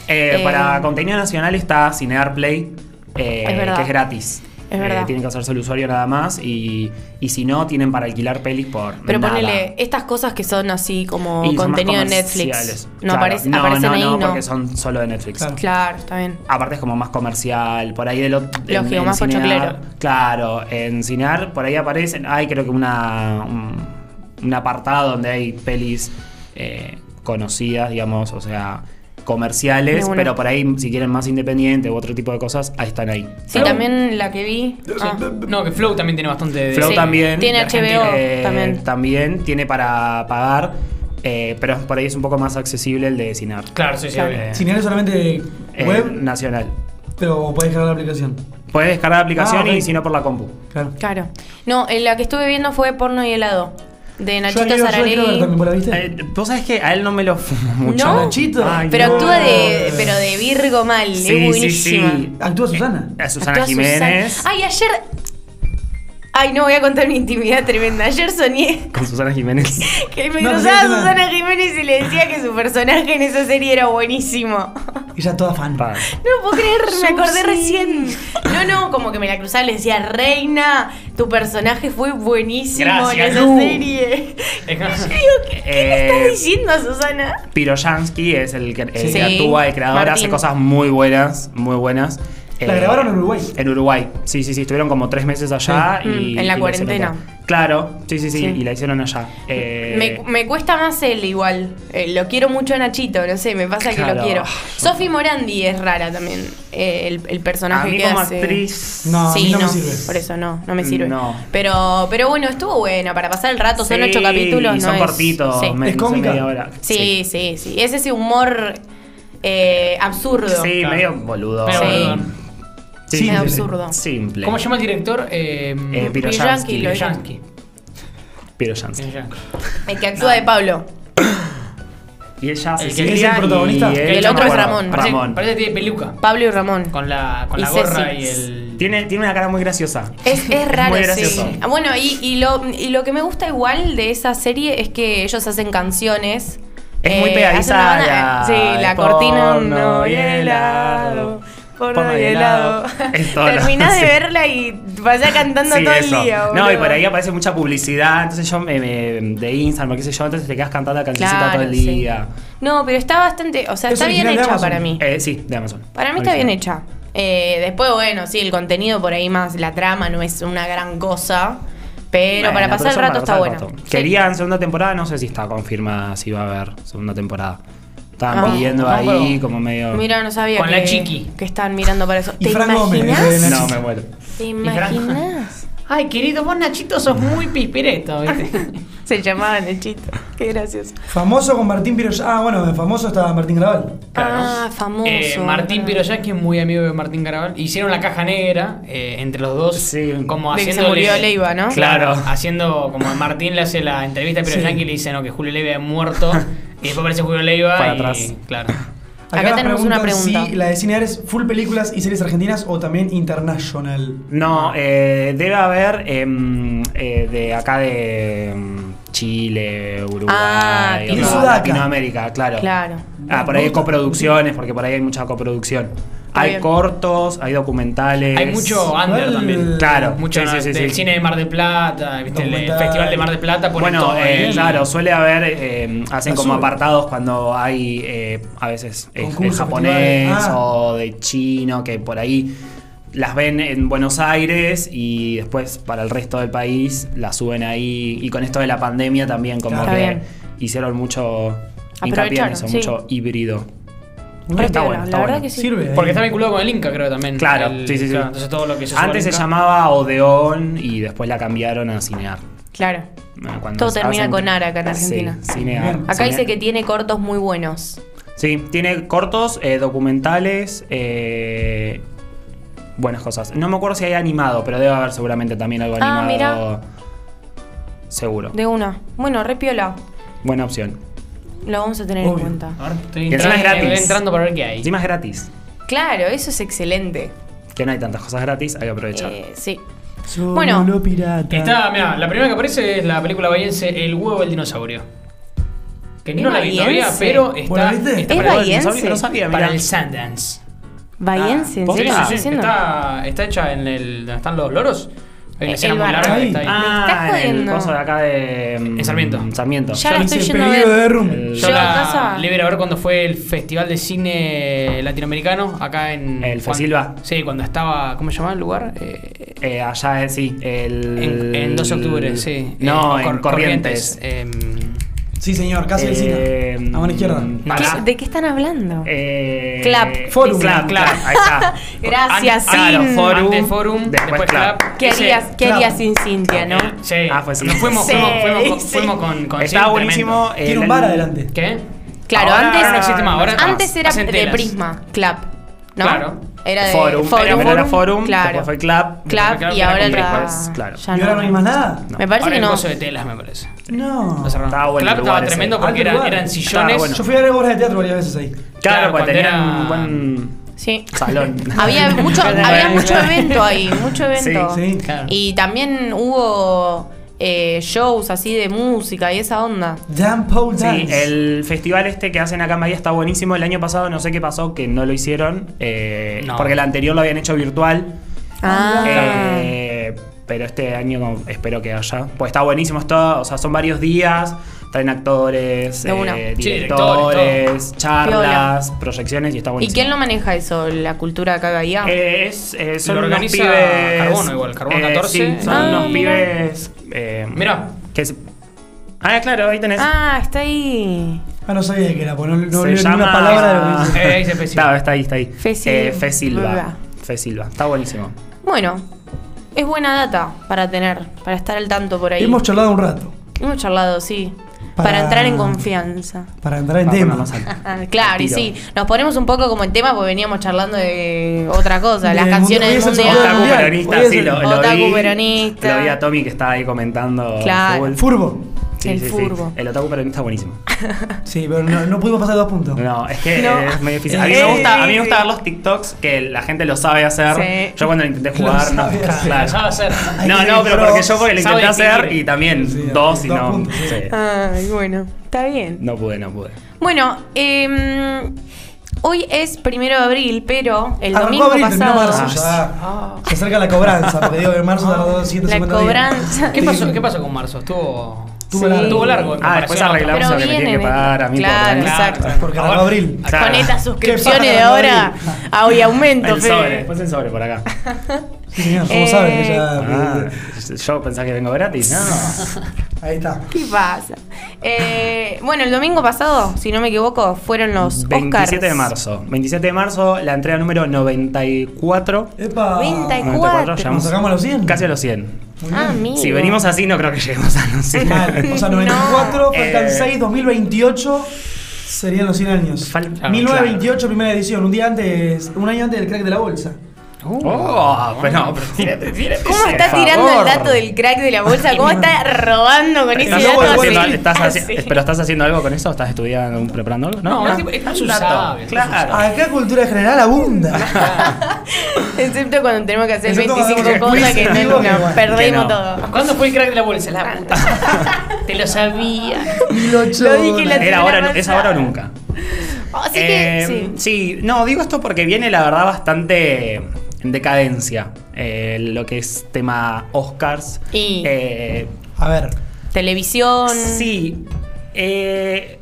S5: Eh,
S2: Eh,
S5: para contenido nacional está Cinear Play, eh,
S2: Es verdad.
S5: que es gratis.
S2: Es
S5: Eh,
S2: verdad.
S5: tienen que hacerse el usuario nada más y, y si no, tienen para alquilar pelis por.
S2: Pero
S5: nada.
S2: ponele estas cosas que son así como
S5: Y son más
S2: contenido de
S5: comerciales.
S2: Netflix. No
S5: Claro.
S2: aparece,
S5: no,
S2: aparecen
S5: no,
S2: ahí,
S5: no,
S2: no.
S5: porque son solo de Netflix.
S3: Claro.
S2: Claro, está bien.
S5: Aparte es como más comercial, por ahí de lo
S2: Lógico, más pochoclero.
S5: Claro, en Cinear por ahí aparecen, hay creo que una un, un apartado donde hay pelis eh, conocidas, digamos, o sea,
S2: De
S5: comerciales,
S2: una.
S5: pero por ahí si quieren más independiente u otro tipo de cosas, ahí están ahí.
S2: Sí, también la que vi. ah,
S1: No, que Flow también tiene bastante de.
S5: Flow
S2: Sí,
S5: también.
S2: tiene
S5: de Argentina,
S2: HBO también.
S5: también tiene para pagar, eh, pero por ahí es un poco más accesible el de Cinear.
S1: Claro, sí, sí.
S2: Claro.
S1: obvio.
S3: Sin es solamente
S5: Eh,
S3: web,
S5: nacional.
S3: pero podés cargar la aplicación.
S5: Puedes descargar la aplicación
S3: Ah, ok.
S5: y si no por la compu.
S3: Claro.
S2: claro. No, en la que estuve viendo fue porno y helado. De
S3: Yo la
S2: Nachito
S3: quiero- yo la quiero ver
S2: Sararelli.
S3: también, ¿vos la viste?
S5: Eh, Vos sabés que a él no me lo fumo mucho.
S2: No,
S3: Nachito. Ay,
S2: Pero
S3: no.
S2: actúa de. Pero de Virgo mal. es buenísima.
S3: Actúa
S5: eh,
S3: Susana.
S5: A Susana
S2: Actúa
S5: Jiménez.
S2: Susana. Ay, ayer. Ay, no voy a contar mi intimidad tremenda. Ayer soñé
S5: Con Susana Jiménez.
S2: que me
S3: No,
S2: cruzaba
S3: sí, sí, no.
S2: Susana Jiménez y le decía que su personaje en esa serie era buenísimo. [laughs]
S3: Ella toda fan.
S5: Pa.
S2: No lo puedo creer, me acordé recién. No, no, como que me la cruzaba y le decía, Reina, tu personaje fue buenísimo en
S1: Gracias,
S2: esa
S1: Lu".
S5: [laughs]
S2: serie.
S1: Es
S2: Yo
S1: que-
S2: digo, ¿qué, qué le
S5: Eh,
S2: estás diciendo a Susana?
S5: Piroyansky es el que, el que
S2: Sí.
S5: actúa, el creador,
S2: Martín.
S5: hace cosas muy buenas, muy buenas.
S3: La
S5: Eh,
S3: grabaron en Uruguay.
S5: En Uruguay, sí, sí, sí, estuvieron como tres meses allá
S2: Sí. Mm,
S5: y...
S2: en la
S5: y hicieron
S2: cuarentena.
S5: acá. Claro, sí, sí, sí,
S2: Sí.
S5: y la hicieron allá. Eh,
S2: Me, me cuesta más él igual. Eh, lo quiero mucho a Nachito, no sé, me pasa que
S5: Claro.
S2: lo quiero. Sofi Morandi es rara también, eh, el, el
S5: a
S2: personaje
S5: mí
S2: que
S5: como
S2: hace.
S5: actriz...
S3: No, a mí
S2: sí,
S3: no
S2: no,
S3: me sirve.
S2: por eso no, no me sirve.
S5: No.
S2: Pero, pero bueno, estuvo buena para pasar el rato, son
S5: Sí,
S2: ocho capítulos,
S5: y
S2: ¿no?
S5: son
S2: es-
S5: cortitos,
S2: Sí.
S5: me-
S3: ¿Es
S5: no sé,
S3: cómica?
S5: media hora.
S2: Sí, sí, sí. Es ese humor eh, absurdo.
S5: Sí,
S1: Claro.
S5: medio boludo.
S1: Pero,
S2: Sí.
S1: perdón.
S5: Sí,
S3: Sí,
S2: Es
S5: simple.
S2: absurdo.
S5: Simple.
S1: ¿Cómo se llama el director? Eh,
S5: Eh,
S1: Piro-
S2: Piroyansky,
S5: Piroyansky.
S2: lo-
S1: Piroyansky.
S5: Piroyansky.
S1: Piroyansky.
S2: El que actúa de Pablo.
S5: Y ella
S1: El que
S5: Cecilia,
S3: es el protagonista.
S5: y
S2: El
S5: ella,
S2: otro es
S5: bueno,
S2: Ramón.
S1: Parece,
S5: Ramón.
S1: parece que tiene peluca.
S2: Pablo y Ramón.
S1: Con la, con
S2: Y
S1: la gorra
S2: Ceci.
S1: y el.
S5: Tiene, tiene una cara muy graciosa.
S2: Es, es raro,
S5: muy
S2: sí.
S5: gracioso.
S2: Ah, Bueno, y, y lo, y lo que me gusta igual de esa serie es que ellos hacen canciones.
S5: Es muy
S2: Eh,
S5: pegadiza
S2: hacen una banda-
S5: la,
S2: Sí, la
S5: el
S2: cortina.
S5: porno
S2: No
S5: y
S2: y helado. Porno y helado. [laughs]
S5: [laughs] Es todo,
S2: Terminás de
S5: sí.
S2: verla y vas ya cantando
S5: Sí,
S2: todo
S5: eso.
S2: el día.
S5: No, y
S2: boludo.
S5: por ahí aparece mucha publicidad, entonces yo me, me- de Instagram, qué sé yo, entonces te quedas cantando la cancioncita
S2: Claro,
S5: todo el
S2: sí.
S5: día.
S2: No, pero está bastante. O sea,
S3: Es
S2: está bien
S3: original de
S2: hecha
S3: Amazon.
S2: para mí.
S5: Eh, sí, de Amazon.
S2: Para mí está
S5: Original.
S2: bien hecha. Eh, después, bueno, sí, el contenido por ahí más, la trama no es una gran cosa. Pero
S5: Bueno,
S2: para pasar el
S5: son
S2: rato está
S5: pasar el
S2: bueno.
S5: rato.
S2: Sí.
S5: Querían segunda temporada, no sé si está confirmada, si va a haber segunda temporada. Estaban
S2: Ah,
S5: pidiendo
S1: no,
S5: ahí
S1: pero-
S5: como medio...
S2: Mira, no sabía
S1: Con
S2: que,
S1: la chiqui.
S2: que estaban mirando para eso.
S3: Y
S2: ¿Te
S3: Fran Gómez, eh,
S2: imaginas?
S3: de
S5: no, me muero.
S2: ¿Te
S1: Fran-
S2: imaginas?
S1: Ay, querido, vos Nachito sos muy pispireto, ¿viste?
S2: Se llamaba Nechito. Qué gracioso.
S3: Famoso con Martín Piros. Ah, bueno, en famoso estaba Martín Graval.
S1: [laughs] Claro.
S2: Ah, famoso.
S1: Eh, Martín
S2: Ah.
S1: Piroyansky es muy amigo de Martín Carabal. Hicieron la caja negra eh, entre los dos.
S5: Sí.
S1: Como
S2: De que se
S1: haciéndole-
S2: murió Leiva, ¿no?
S1: Claro.
S5: Claro.
S1: Haciendo como Martín le hace la entrevista a Piroyansky
S3: Sí.
S1: y le dice no, que Julio Leiva ha muerto. y después aparece Julio Leiva
S5: Para
S1: y.
S5: atrás.
S1: Claro.
S2: Acá
S3: nos
S2: tenemos una
S3: preguntan
S2: pregunta.
S3: Si la de Cinear es full películas y series argentinas o también international.
S5: No, eh, debe haber em, eh, de acá de em, Chile, Uruguay,
S2: Ah,
S5: o
S2: tipo-
S5: sea,
S3: Sudaca.
S5: Latinoamérica, claro.
S2: Claro.
S5: Ah, por ahí hay coproducciones, porque por ahí hay mucha coproducción.
S2: Está
S5: Hay
S2: bien.
S5: cortos, hay documentales.
S1: Hay mucho under
S3: Igual-
S1: también.
S5: Claro,
S1: Mucho
S5: sí,
S1: ¿no?
S5: sí, sí,
S1: del
S5: sí.
S1: cine de Mar del Plata, ¿viste? el
S3: Documental.
S1: festival de Mar del Plata. ponen
S5: Bueno,
S1: todo
S5: eh,
S1: ahí.
S5: claro, suele haber, eh, hacen
S3: La
S5: como
S3: sube.
S5: apartados cuando hay eh, a veces eh,
S3: Concursos,
S5: japonés
S3: festivales. Ah.
S5: o de chino, que por ahí las ven en Buenos Aires y después para el resto del país las suben ahí. Y con esto de la pandemia también como
S2: Está
S5: que
S2: bien.
S5: hicieron mucho hincapié en
S2: Aprovecharon,
S5: eso,
S2: sí.
S5: mucho híbrido.
S2: Re piola,
S5: bueno,
S2: la
S5: está
S2: verdad
S5: bueno.
S2: que sí.
S3: Sirve. eh.
S1: Porque
S3: ahí.
S1: está vinculado con el Inca, creo también.
S5: Eh, Claro,
S1: El-
S5: sí, sí, sí.
S1: claro, Entonces todo lo que se sube
S5: Antes se
S1: al Inca-
S5: llamaba Odeón y después la cambiaron a Cinear.
S2: Claro.
S5: Bueno, cuando
S2: Todo
S5: se
S2: termina
S5: hacen-
S2: con AR acá en
S5: Sí,
S2: Argentina.
S5: Cinear.
S3: Bien.
S2: Acá
S5: Cinear.
S2: dice que tiene cortos muy buenos.
S5: Sí, tiene cortos, eh, documentales, eh, buenas cosas. No me acuerdo si hay animado, pero debe haber seguramente también algo
S2: Ah,
S5: animado. Seguro.
S2: De una. Bueno, re piola.
S5: Buena opción.
S2: Lo vamos a tener
S3: Obvio.
S2: en cuenta.
S1: A ver, estoy
S5: Y encima
S1: entrando,
S5: es gratis.
S1: entrando para ver qué hay.
S5: Encima es gratis.
S2: Claro, eso es excelente.
S5: Que no hay tantas cosas gratis, hay que aprovechar.
S2: Eh, sí.
S3: Solo
S2: Bueno.
S3: pirata.
S1: Está, mira, la primera que aparece es la película bahiense El huevo del dinosaurio. Que ni
S2: Es
S1: no la vi todavía,
S2: bahiense.
S1: pero está,
S3: Bueno, ¿viste?
S1: está
S2: ¿Es
S1: para,
S2: bahiense?
S5: No sabía,
S1: para
S5: mira.
S1: el Sundance. Ah,
S2: Bahiense, ¿en
S5: ¿vos
S2: serio
S5: sí?
S2: estás
S5: Sí,
S2: diciendo?
S1: está, está hecha en el donde están los loros. Hay
S2: El
S1: una escena muy
S2: bar.
S1: larga que
S3: Ahí.
S1: está ahí.
S5: Ah,
S2: estás
S5: el
S2: jodiendo.
S5: coso de acá de. mm,
S1: En Sarmiento.
S5: Sarmiento.
S2: Ya la
S3: Dice,
S2: estoy yendo a
S3: "Peligro de
S2: ver.
S3: derrumbe".
S5: El-
S1: Yo
S2: Yo
S1: la
S2: a casa.
S1: le iba a ir a ver cuando fue el Festival de Cine Latinoamericano acá en.
S5: El
S1: cuan-
S5: Fesilva.
S1: Sí, cuando estaba. ¿Cómo se llamaba el lugar? Eh,
S5: Eh, allá, eh, sí. El,
S1: en, en 12 de octubre, sí.
S5: No,
S1: Eh,
S5: en
S1: Cor-
S5: Corrientes.
S1: Em,
S3: Sí, señor, casi el
S5: Eh,
S3: cine. A mano Ah, izquierda.
S5: mm,
S2: ¿Qué-
S5: pará.
S2: ¿De qué están hablando?
S5: Eh,
S2: Clap.
S3: Forum.
S5: Clap, clap. Ahí está.
S2: [laughs] Gracias,
S5: An- claro,
S2: Sin.
S5: Forum.
S1: Antes forum,
S5: después Clap.
S2: ¿Qué
S1: Ese-
S2: harías, qué
S3: claro.
S2: harías sin Cintia, no?
S1: Eh, Sí.
S5: Ah, fue sí.
S1: Nos fuimos,
S2: Sí,
S1: fuimos, fuimos,
S2: sí.
S1: fuimos con, con
S5: Está
S1: sí,
S5: buenísimo. eh,
S3: Tiene un
S5: la-
S3: bar adelante.
S1: tremendo. ¿Qué?
S2: Claro,
S5: Ahora
S2: antes,
S5: no existe más, ahora
S2: antes era
S1: Hacen
S2: de
S1: telas.
S2: Prisma, Clap, ¿no?
S1: Claro.
S2: Era de
S5: Forum. Pero primero era Forum,
S2: claro.
S5: después fue Clap.
S2: Clap
S1: Claro,
S2: y ahora
S1: era
S2: ya,
S5: Prisma, claro.
S2: ya
S3: ¿Y ahora no hay más nada?
S5: No.
S2: Me parece
S1: Ahora
S2: que
S1: el
S2: no.
S1: coso de telas, me parece.
S3: No.
S1: Lo cerraron.
S5: Estaba bueno el
S1: Claro,
S5: lugar
S1: estaba
S5: ese.
S1: tremendo porque
S3: Alto
S1: era-
S3: lugar.
S1: eran
S5: Estaba
S1: sillones.
S5: bueno.
S3: Yo fui a ver obras de teatro varias veces ahí.
S5: Claro,
S1: Claro,
S5: porque
S1: cuando
S5: tenía
S1: era-
S5: un buen.
S2: Sí.
S5: Salón.
S2: [laughs] Había
S5: [laughs]
S2: mucho, había mucho evento ahí, mucho evento.
S3: Sí,
S1: Claro.
S2: Y también hubo eh, shows así de música y esa onda.
S3: Jean Paul
S5: Sí,
S3: Dance.
S5: el festival este que hacen acá en Bahía está buenísimo. El año pasado no sé qué pasó, que no lo hicieron. eh,
S1: No.
S5: Porque el anterior lo habían hecho virtual.
S2: Ah,
S5: Eh, pero este año como, espero que haya. Pues está buenísimo, está, o sea, son varios días. Traen actores,
S2: De una.
S5: eh,
S1: Sí,
S5: directores, charlas, proyecciones y está
S2: ¿Y
S5: buenísimo.
S2: quién lo maneja eso? ¿La cultura acá bahía?
S5: Eh, es, eh, son
S1: Lo
S5: unos
S1: organiza
S5: pibes-
S1: Carbono igual, Carbono
S5: eh,
S1: 14.
S5: sí, son
S2: Ah,
S5: unos
S2: mirá.
S5: pibes. eh,
S1: Mirá.
S5: que se- Ah, claro, ahí tenés.
S2: Ah, está ahí.
S3: Ah, no sabía que era, porque no, no
S5: Se
S3: leo ni una
S5: llama-
S3: palabra de lo que dice.
S1: Eh, ahí se especifica.
S5: Claro, está ahí, está ahí.
S2: Fe
S5: Eh,
S2: Silva.
S5: Fe Silva. Fe Silva. Está buenísimo.
S2: Bueno, es buena data para tener, para estar al tanto por ahí.
S3: Hemos charlado un rato
S2: Hemos charlado, sí. Para,
S3: Para-
S2: entrar en confianza. [laughs]
S3: para entrar en
S5: Vamos,
S3: tema.
S5: vamos a-
S2: Ah, Claro, y
S5: Tiro.
S2: sí, nos ponemos un poco como en tema porque veníamos charlando de otra cosa,
S3: Del
S2: las
S3: mundo- hoy
S2: canciones del
S3: es el
S2: mundial.
S5: Otaku
S3: mundial.
S5: peronista,
S3: Hoy es
S5: sí,
S3: el-
S5: lo, lo
S2: Ah, Otaku
S5: vi.
S2: peronista.
S5: Lo vi a Tommy que estaba ahí comentando.
S2: Claro.
S5: fútbol.
S3: Furbo.
S2: El furbo.
S5: El otaku peronista buenísimo.
S3: Sí, pero no, no pudimos pasar de dos puntos.
S5: No, es que
S2: No.
S5: eh, es muy difícil. A mí,
S3: Eh.
S5: me gusta, a mí me gusta ver los TikToks que la gente lo sabe hacer.
S2: Sí.
S5: Yo cuando lo intenté
S3: Lo
S5: jugar, no.
S3: sabe hacer.
S5: claro.
S1: Claro, ya va a ser.
S5: No, no, pero porque yo porque lo
S1: Sabe
S5: intenté hacer
S1: distinguir.
S5: y también
S3: Sí,
S5: dos y
S3: dos
S5: no.
S3: puntos, sí.
S5: sí.
S2: Ay, bueno, está bien.
S5: No pude, no pude.
S2: Bueno, em, hoy es primero de abril, pero el
S3: Arrancó
S2: domingo
S3: abril, terminó
S2: pasado.
S3: marzo, ya. Se acerca la cobranza, porque digo, en marzo tardó 250
S2: La
S3: días.
S2: cobranza.
S1: ¿Qué pasó, ¿Qué pasó con Marzo? Estuvo.
S3: Tuvo
S2: Sí.
S3: largo.
S1: Estuvo largo. en
S5: Ah, después
S1: comparación a
S5: arreglamos
S2: Pero
S5: lo que me
S2: viene,
S5: tienen que pagar a mí. por
S2: claro,
S5: tener-
S2: exacto.
S3: Porque arrancó abril.
S5: Claro.
S2: Con estas suscripciones
S3: Qué
S2: de
S3: paja,
S2: ahora, a hoy aumento,
S5: El sobre,
S2: Fede.
S5: después el sobre por acá.
S3: Ah, Sí, señor,
S2: Eh.
S3: como saben que ya.
S5: Ah, yo pensaba que vengo gratis, ¿no?
S3: Ahí está.
S2: ¿Qué pasa? Eh, bueno, el domingo pasado, si no me equivoco, fueron los
S5: 27
S2: Oscars.
S5: de marzo. 27 de marzo, la entrega número 94.
S3: Epa.
S2: 94.
S5: 94, ya
S3: Nos sacamos a los 100.
S5: Casi a los 100.
S3: Muy bien.
S2: Ah, mira.
S5: Si venimos así, no creo que lleguemos a los 100.
S3: Mal.
S2: [laughs]
S3: O
S5: [laughs]
S3: sea, 94, faltan
S5: Eh.
S3: 6, 2028 serían los 100 años.
S5: Fal- claro,
S3: 1928, primera edición, un día antes, un año antes del crack de la bolsa.
S5: Oh, pero no, pero tírate, tírate,
S2: ¿Cómo
S5: por
S2: está tirando
S5: favor.
S2: el dato del crack de la bolsa?
S5: [laughs]
S2: ¿Cómo está robando con ese dato?
S5: Estás- estás haciendo-
S2: así?
S5: estás haci-
S2: Así.
S5: ¿Pero estás haciendo algo con eso? ¿Estás estudiando, preparando algo?
S1: No,
S5: Ah,
S1: es tipo- es
S5: un
S1: usable,
S5: dato.
S1: es
S5: Claro.
S3: Acá cultura general abunda.
S2: Excepto cuando tenemos que hacer
S3: Excepto cuando
S2: 25
S3: hacemos
S2: cosas que
S3: quiz,
S2: no,
S3: digo que
S2: no,
S3: bueno,
S2: perdemos
S5: que no.
S2: todo.
S1: ¿Cuándo fue el crack de la bolsa?
S2: [laughs]
S1: La puta. Te lo sabía.
S3: 1008.
S2: Lo dije la-
S5: Era ahora, es
S2: avanzada.
S5: ahora o nunca.
S2: Así
S5: Eh,
S2: que, Oh, sí.
S5: sí, no, digo esto porque viene la verdad bastante en decadencia eh, lo que es tema Oscars.
S2: Y-
S5: Eh,
S3: A ver,
S2: Televisión.
S5: sí, eh,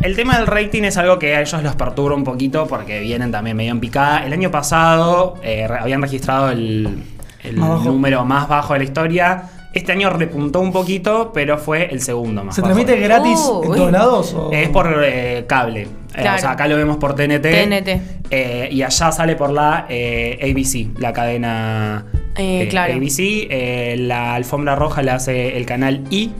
S5: El tema del rating es algo que a ellos los perturba un poquito porque vienen también medio en picada. El año pasado eh, re- habían registrado el, el
S3: Más bajo.
S5: número más bajo de la historia. Este año repuntó un poquito, pero fue el segundo más
S3: ¿Se
S5: bajo.
S3: transmite gratis en
S2: Uy.
S3: todos lados? o-
S5: Es por eh, cable. Eh,
S2: Claro.
S5: o sea, acá lo vemos por TNT.
S2: TNT.
S5: Eh, y allá sale por la eh, ABC, la cadena
S2: Eh, claro.
S5: ABC. Eh, la alfombra roja la hace el canal I.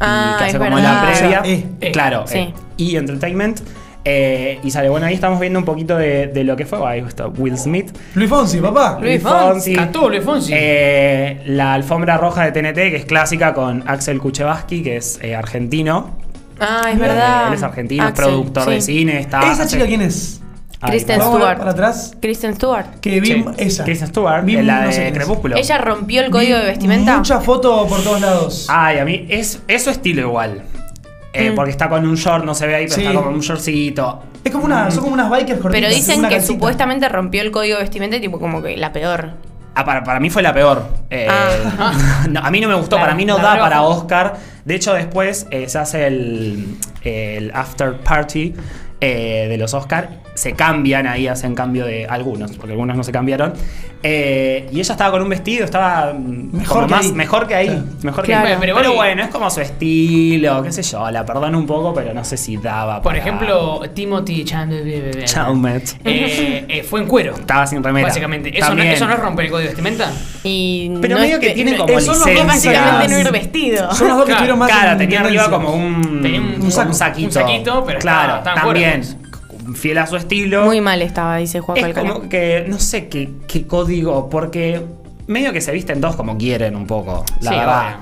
S2: Ah,
S5: y que
S2: es
S5: hace como
S2: verdad.
S5: la previa.
S3: O sea, E.
S5: Eh, Claro,
S2: Sí.
S5: eh, I Entertainment. Eh, y sale, bueno, ahí estamos viendo un poquito de, de lo que fue. Ahí está Will Smith.
S3: Luis Fonsi, papá.
S2: Luis Fonsi.
S1: Cantó Luis Fonsi.
S5: Eh, la alfombra roja de TNT, que es clásica con Axel Kuchevaski, que es eh, argentino.
S2: Ah, es
S5: Eh,
S2: verdad.
S5: Él es argentino, es
S2: Axel,
S5: productor de
S2: sí.
S5: cine. Está,
S3: ¿Esa chica quién es?
S5: Ahí
S2: Kristen
S5: va.
S3: Vamos a ver
S2: Stewart.
S3: para atrás.
S2: Kristen Stewart.
S3: Que vi
S5: Sí.
S3: esa.
S5: Kristen Stewart,
S3: Vi-
S5: eh, la
S3: no sé
S5: de
S3: quién es.
S5: Crepúsculo.
S2: ¿Ella rompió el código de vestimenta?
S3: Mucha foto por todos lados.
S5: Ay, a mí es, es su estilo igual. Eh,
S2: Mm.
S5: Porque está con un short, no se ve ahí, pero
S3: Sí.
S5: está como en un shortcito.
S3: Es como una, son como unas bikers cortitas.
S2: Pero dicen
S3: una
S2: que
S3: calcita.
S2: supuestamente rompió el código de vestimenta y tipo como que la peor.
S5: Ah, para, para mí fue la peor. Eh,
S2: Ah.
S5: [laughs] no, a mí no me gustó,
S1: Claro,
S5: para mí no
S1: la
S5: da
S1: droga.
S5: para Oscar. De hecho, después eh, se hace el, el after party eh, de los Oscar. Se cambian ahí, hacen cambio de algunos, porque algunos no se cambiaron. Eh, y ella estaba con un vestido, estaba mm,
S3: Mejor
S5: como
S3: que
S5: más,
S3: ahí.
S5: mejor que ahí.
S3: Claro.
S5: Mejor
S2: Claro.
S5: que ahí.
S1: Pero
S5: Pero,
S1: bueno,
S5: bueno, es como su estilo, qué sé yo, la perdono un poco, pero no sé si daba
S1: Por
S5: para-
S1: ejemplo, Timothy Chalamet
S5: Chalamet.
S1: Eh, eh, fue en cuero.
S5: Estaba sin remera.
S1: Básicamente. Eso no,
S5: También.
S1: eso no es romper el código de vestimenta.
S2: Y
S5: Pero
S2: no
S5: medio
S2: es
S5: que tiene como
S3: eh, son los dos
S5: licencias.
S2: Básicamente no
S3: Licencias.
S2: ir vestido.
S3: Son los dos que
S1: Claro,
S3: estuvieron más.
S5: Cara,
S3: en
S5: tenía arriba
S3: tendencia.
S5: como un,
S1: Tenía un-
S5: un
S1: saco.
S5: saquito.
S1: Un saquito, pero
S5: Claro,
S1: estaba- estaban
S5: también.
S1: fuertes.
S5: Fiel a su estilo.
S2: Muy mal estaba, dice Juan
S5: es
S2: Alcalá.
S5: como que, no sé qué, qué código, porque medio que se visten todos como quieren un poco, la
S1: Sí,
S5: verdad.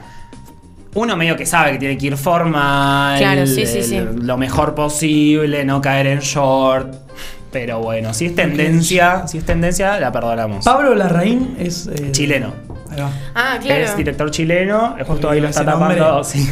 S5: Uno medio que sabe que tiene que ir formal,
S2: Claro, sí, sí,
S5: el-
S2: sí.
S5: lo mejor posible, no caer en short. Pero bueno, si es tendencia, si es tendencia, la perdonamos.
S3: Pablo Larraín es. eh,
S5: Chileno.
S3: Ahí va.
S2: Ah, claro.
S5: Es director chileno, eh, justo ahí lo está
S3: Ese
S5: tapando.
S3: nombre. [laughs]
S5: sí.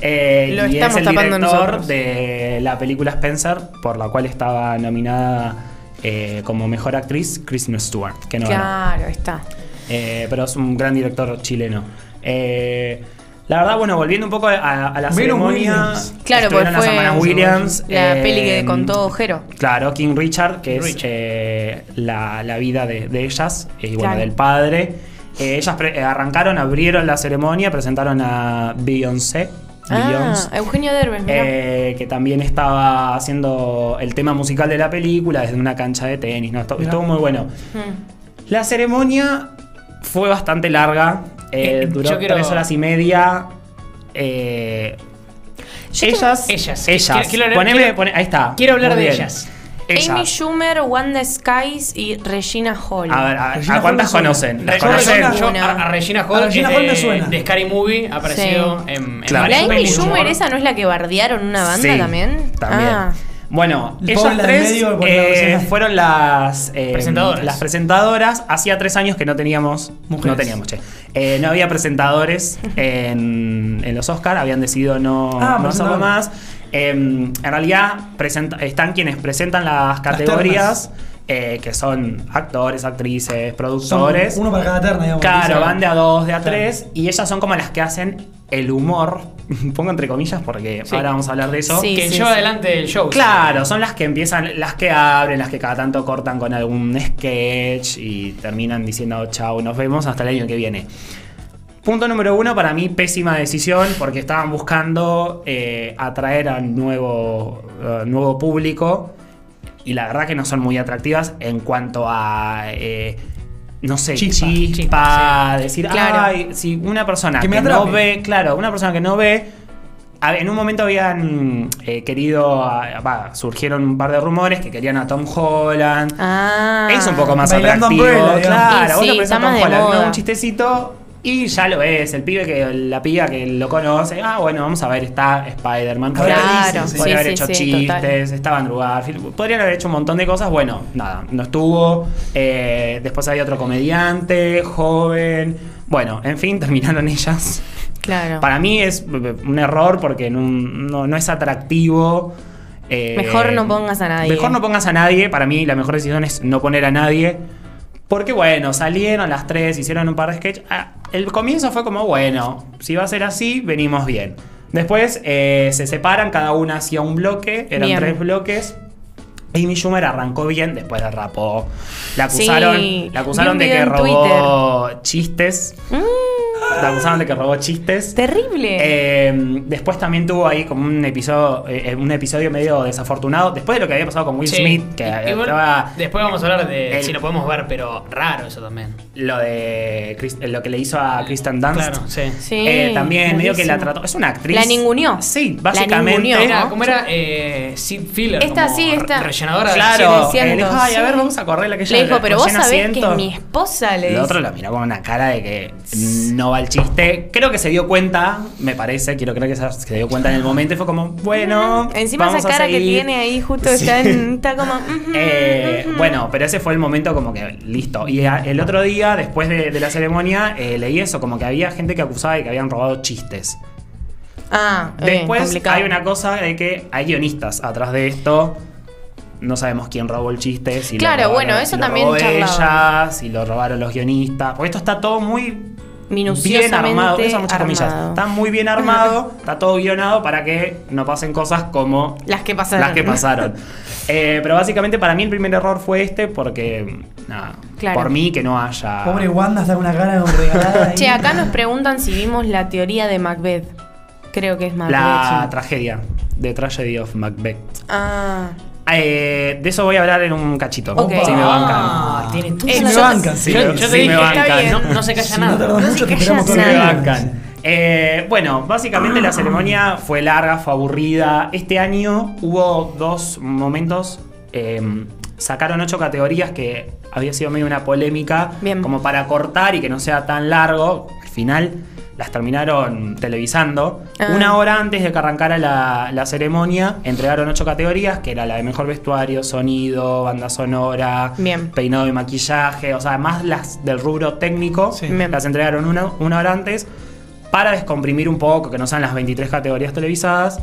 S5: Eh,
S2: Lo
S5: y es
S2: estamos
S5: el
S2: tapando
S5: director
S2: nosotros.
S5: de la película Spencer, por la cual estaba nominada eh, como mejor actriz Kristen Stewart, que no ganó.
S2: Claro, está.
S5: Eh, pero es un gran director chileno. Eh, la verdad, bueno, volviendo un poco a, a la
S3: Venus
S5: ceremonia.
S3: Williams.
S2: Claro, porque
S5: estuvieron las
S2: fue
S5: hermanas Williams.
S2: la
S5: eh,
S2: peli que contó Jero.
S5: Claro, King Richard, que es
S1: Richard.
S5: eh, la, la vida de, de ellas eh, y bueno,
S2: Claro.
S5: del padre. Eh, ellas pre- eh, arrancaron, abrieron la ceremonia, presentaron a Beyoncé.
S2: Ah,
S5: Beyoncé,
S2: Eugenio Derbez, mirá.
S5: eh, que también estaba haciendo el tema musical de la película desde una cancha de tenis. ¿no? Estu-
S3: Mirá.
S5: Estuvo muy bueno.
S2: Mm.
S5: La ceremonia fue bastante larga. eh,
S1: Eh,
S5: duró
S1: yo quiero-
S5: tres horas y media. eh,
S2: Yo
S5: ellas,
S1: Ellas. Quiero-
S5: ellas.
S1: quiero hablar-
S5: Poneme-
S1: quiero-
S5: pone- ahí está.
S1: Quiero hablar
S5: Muy
S1: de
S5: bien.
S1: ellas.
S2: Amy
S5: Ellas.
S2: Schumer, Wanda Skies y Regina Hall.
S5: A ver, a,
S3: Regina
S5: ¿a cuántas
S3: Hall me
S5: conocen?
S1: Re-
S5: ¿Las
S1: yo-
S5: conocen?
S1: yo- yo-
S2: Una.
S1: a, a Regina Hall,
S3: A Regina
S1: que es
S3: Hall me
S1: de-
S3: suena.
S1: De Scary Movie ha aparecido
S2: Sí.
S1: en, en
S5: Claro.
S2: la
S1: varias
S2: Amy
S1: pelis de
S2: Schumer,
S1: humor.
S2: esa no es la que bardearon una banda
S5: Sí,
S2: también.
S5: También.
S2: Ah,
S5: Bueno,
S3: El
S5: ellas
S3: pobre la de
S5: tres
S3: medio, porque
S5: eh,
S3: la versión es-
S5: fueron las eh,
S1: Presentadoras.
S5: Las presentadoras. Hacía tres años que no teníamos mujeres. No
S3: Mujeres.
S5: teníamos, che. Eh, no
S2: [laughs]
S5: había presentadores en, en los Oscar. Habían decidido no,
S3: Ah,
S5: no hacerlo
S3: presentadoras.
S5: más. Eh, en realidad presenta- están quienes presentan las categorías, eh, que son actores, actrices,
S3: Son
S5: productores.
S3: Uno para cada terna, digamos.
S5: Claro,
S3: Dice.
S5: van de a dos, de a
S3: Claro.
S5: tres, y ellas son como las que hacen el humor, [laughs] pongo entre comillas porque
S1: Sí.
S5: ahora vamos a hablar de eso.
S2: Sí,
S1: Que
S2: sí,
S1: lleva
S2: sí.
S1: adelante el show.
S5: Claro, son las que empiezan, las que abren, las que cada tanto cortan con algún sketch y terminan diciendo chao, nos vemos hasta el año que viene. Punto número uno, para mí pésima decisión porque estaban buscando eh, atraer a nuevo, eh, nuevo público y la verdad que no son muy atractivas en cuanto a, eh, no sé,
S3: Chispa.
S5: chispa,
S1: Chispa,
S5: decir,
S2: Claro.
S5: "Ay, si una persona
S3: Que
S5: que,
S3: me
S5: no
S3: atrape".
S5: ve, claro, una persona que no ve, a- en un momento habían eh, querido, a- va, surgieron un par de rumores que querían a Tom Holland.
S2: ah.
S5: Es un poco más
S3: Bailando
S5: atractivo.
S3: umbrella, digamos.
S5: claro,
S2: Y
S5: vos
S2: sí,
S5: lo pensás
S2: está
S5: Tom
S2: más de
S5: Holland, ¿no?
S2: moda.
S5: un chistecito y ya lo ves, el pibe que la piba que lo conoce, ah, bueno, vamos a ver, está Spider-Man.
S3: Claro,
S5: Podrían-
S3: sí,
S5: podrían
S2: sí,
S5: haber hecho
S2: sí,
S5: chistes, estaba Andrew Garfield, podrían haber hecho un montón de cosas, bueno, nada, no estuvo. Eh, después había otro comediante, joven. Bueno, en fin, [laughs] terminaron ellas.
S2: Claro.
S5: Para mí es eh, un error porque no, no- no es atractivo. eh,
S2: Mejor no pongas a nadie.
S5: Mejor no pongas a nadie. Para mí la mejor decisión es no poner a nadie. Porque bueno, salieron las tres, hicieron un par de sketches. Ah, el comienzo fue como, bueno, si va a ser así, venimos bien. Después eh, se separan, cada una hacía un bloque, eran
S2: Bien.
S5: tres bloques. Amy Schumer arrancó bien, después derrapó. La acusaron,
S2: Sí,
S5: la acusaron
S2: vi
S5: de
S2: un video
S5: que
S2: en
S5: robó chistes.
S2: Mm,
S5: La acusaron de que robó chistes.
S2: terrible.
S5: Eh, después también tuvo ahí como un episodio, eh, un episodio medio desafortunado. Después de lo que había pasado con Will
S1: Sí.
S5: Smith, que
S1: Y- y bueno,
S5: estaba
S1: Después vamos a hablar de
S5: El-
S1: si lo podemos ver, pero raro eso también.
S5: lo de Chris- lo que le hizo a Kristen Dunst.
S1: Claro, sí.
S2: sí,
S5: Eh, también medio que la
S2: buenísimo.
S5: trató. Es una actriz.
S2: La ninguneó.
S5: Sí,
S2: La
S5: básicamente.
S2: ninguneó,
S1: Era,
S2: ¿no?
S1: ¿Cómo era? Eh, Sid Filler.
S2: Esta
S1: como
S2: sí, esta.
S1: re- Rellenadora
S2: Sí,
S5: Claro.
S2: le siento,
S5: eh, le dijo, Ay, a ver,
S2: sí.
S5: vamos a correr la que ella
S2: Le dijo, pero vos
S5: recién
S2: sabés que
S5: asiento".
S2: es mi esposa, le
S5: El
S2: dice. "Mm,
S5: otro la miró con una cara de que no va el chiste. Creo que se dio cuenta, me parece, quiero creer que se se dio cuenta en el momento y fue como, bueno.
S2: Encima
S5: vamos
S2: esa
S5: a
S2: cara que
S5: seguir.
S2: tiene ahí justo
S5: Sí.
S2: está, en- está como... "Mm, ujú,
S5: Eh,
S2: ujú.
S5: bueno, pero ese fue el momento como que listo. Y a- el otro día, después de, de la ceremonia, eh, leí eso, como que había gente que acusaba de que habían robado chistes.
S2: Ah, eh,
S5: Después
S2: complicado.
S5: hay una cosa de que hay guionistas atrás de esto. No sabemos quién robó el chiste. Si lo
S2: Claro,
S5: robaron-
S2: bueno,
S5: si
S2: eso
S5: lo
S2: también
S5: robó
S2: charlaban.
S5: ella, si lo robaron los guionistas. Porque esto está todo muy bien
S2: Minuciosamente
S5: armado. Eso muchas
S2: armado.
S5: comillas. Está muy
S2: [laughs]
S5: bien armado, está todo guionado para que no pasen cosas como
S2: Las que pasaron.
S5: las que pasaron. Eh, pero básicamente para mí el primer error fue este porque, nada,
S2: Claro.
S5: por mí que no haya...
S3: Pobre Wanda está con una cara de
S2: [laughs]
S3: un regalada. ahí.
S2: Che, acá nos preguntan si vimos la teoría de Macbeth. Creo que es Macbeth.
S5: la
S2: sí.
S5: tragedia, The Tragedy of Macbeth.
S2: Ah.
S5: Eh, de eso voy a hablar en un cachito.
S2: Ok.
S5: Si me
S1: Ah,
S5: bancan.
S1: tiene todo.
S3: Si
S2: Eh,
S3: me
S2: yo-
S3: bancan.
S5: Sí,
S1: yo,
S5: me-
S1: yo
S5: sí
S1: te dije,
S5: me
S1: está
S5: bancan.
S1: bien, no, no se calla
S3: Si no
S1: nada.
S3: tardas
S2: No sé
S3: mucho, te
S2: qué
S3: esperamos
S2: ya
S3: todo el
S5: Me
S2: sé.
S3: día.
S5: bancan. Eh, bueno, básicamente la ceremonia fue larga, fue aburrida. Este año hubo dos momentos. eh, sacaron ocho categorías que había sido medio una polémica.
S2: Bien.
S5: Como para cortar y que no sea tan largo. Al final las terminaron televisando.
S2: Ah.
S5: Una hora antes de que arrancara la, la ceremonia, entregaron ocho categorías, que era la de mejor vestuario, sonido, banda sonora,
S2: Bien.
S5: peinado y maquillaje, o sea, más las del rubro técnico.
S3: Sí.
S2: Bien.
S5: Las entregaron una, una hora antes para descomprimir un poco, que no sean las 23 categorías televisadas.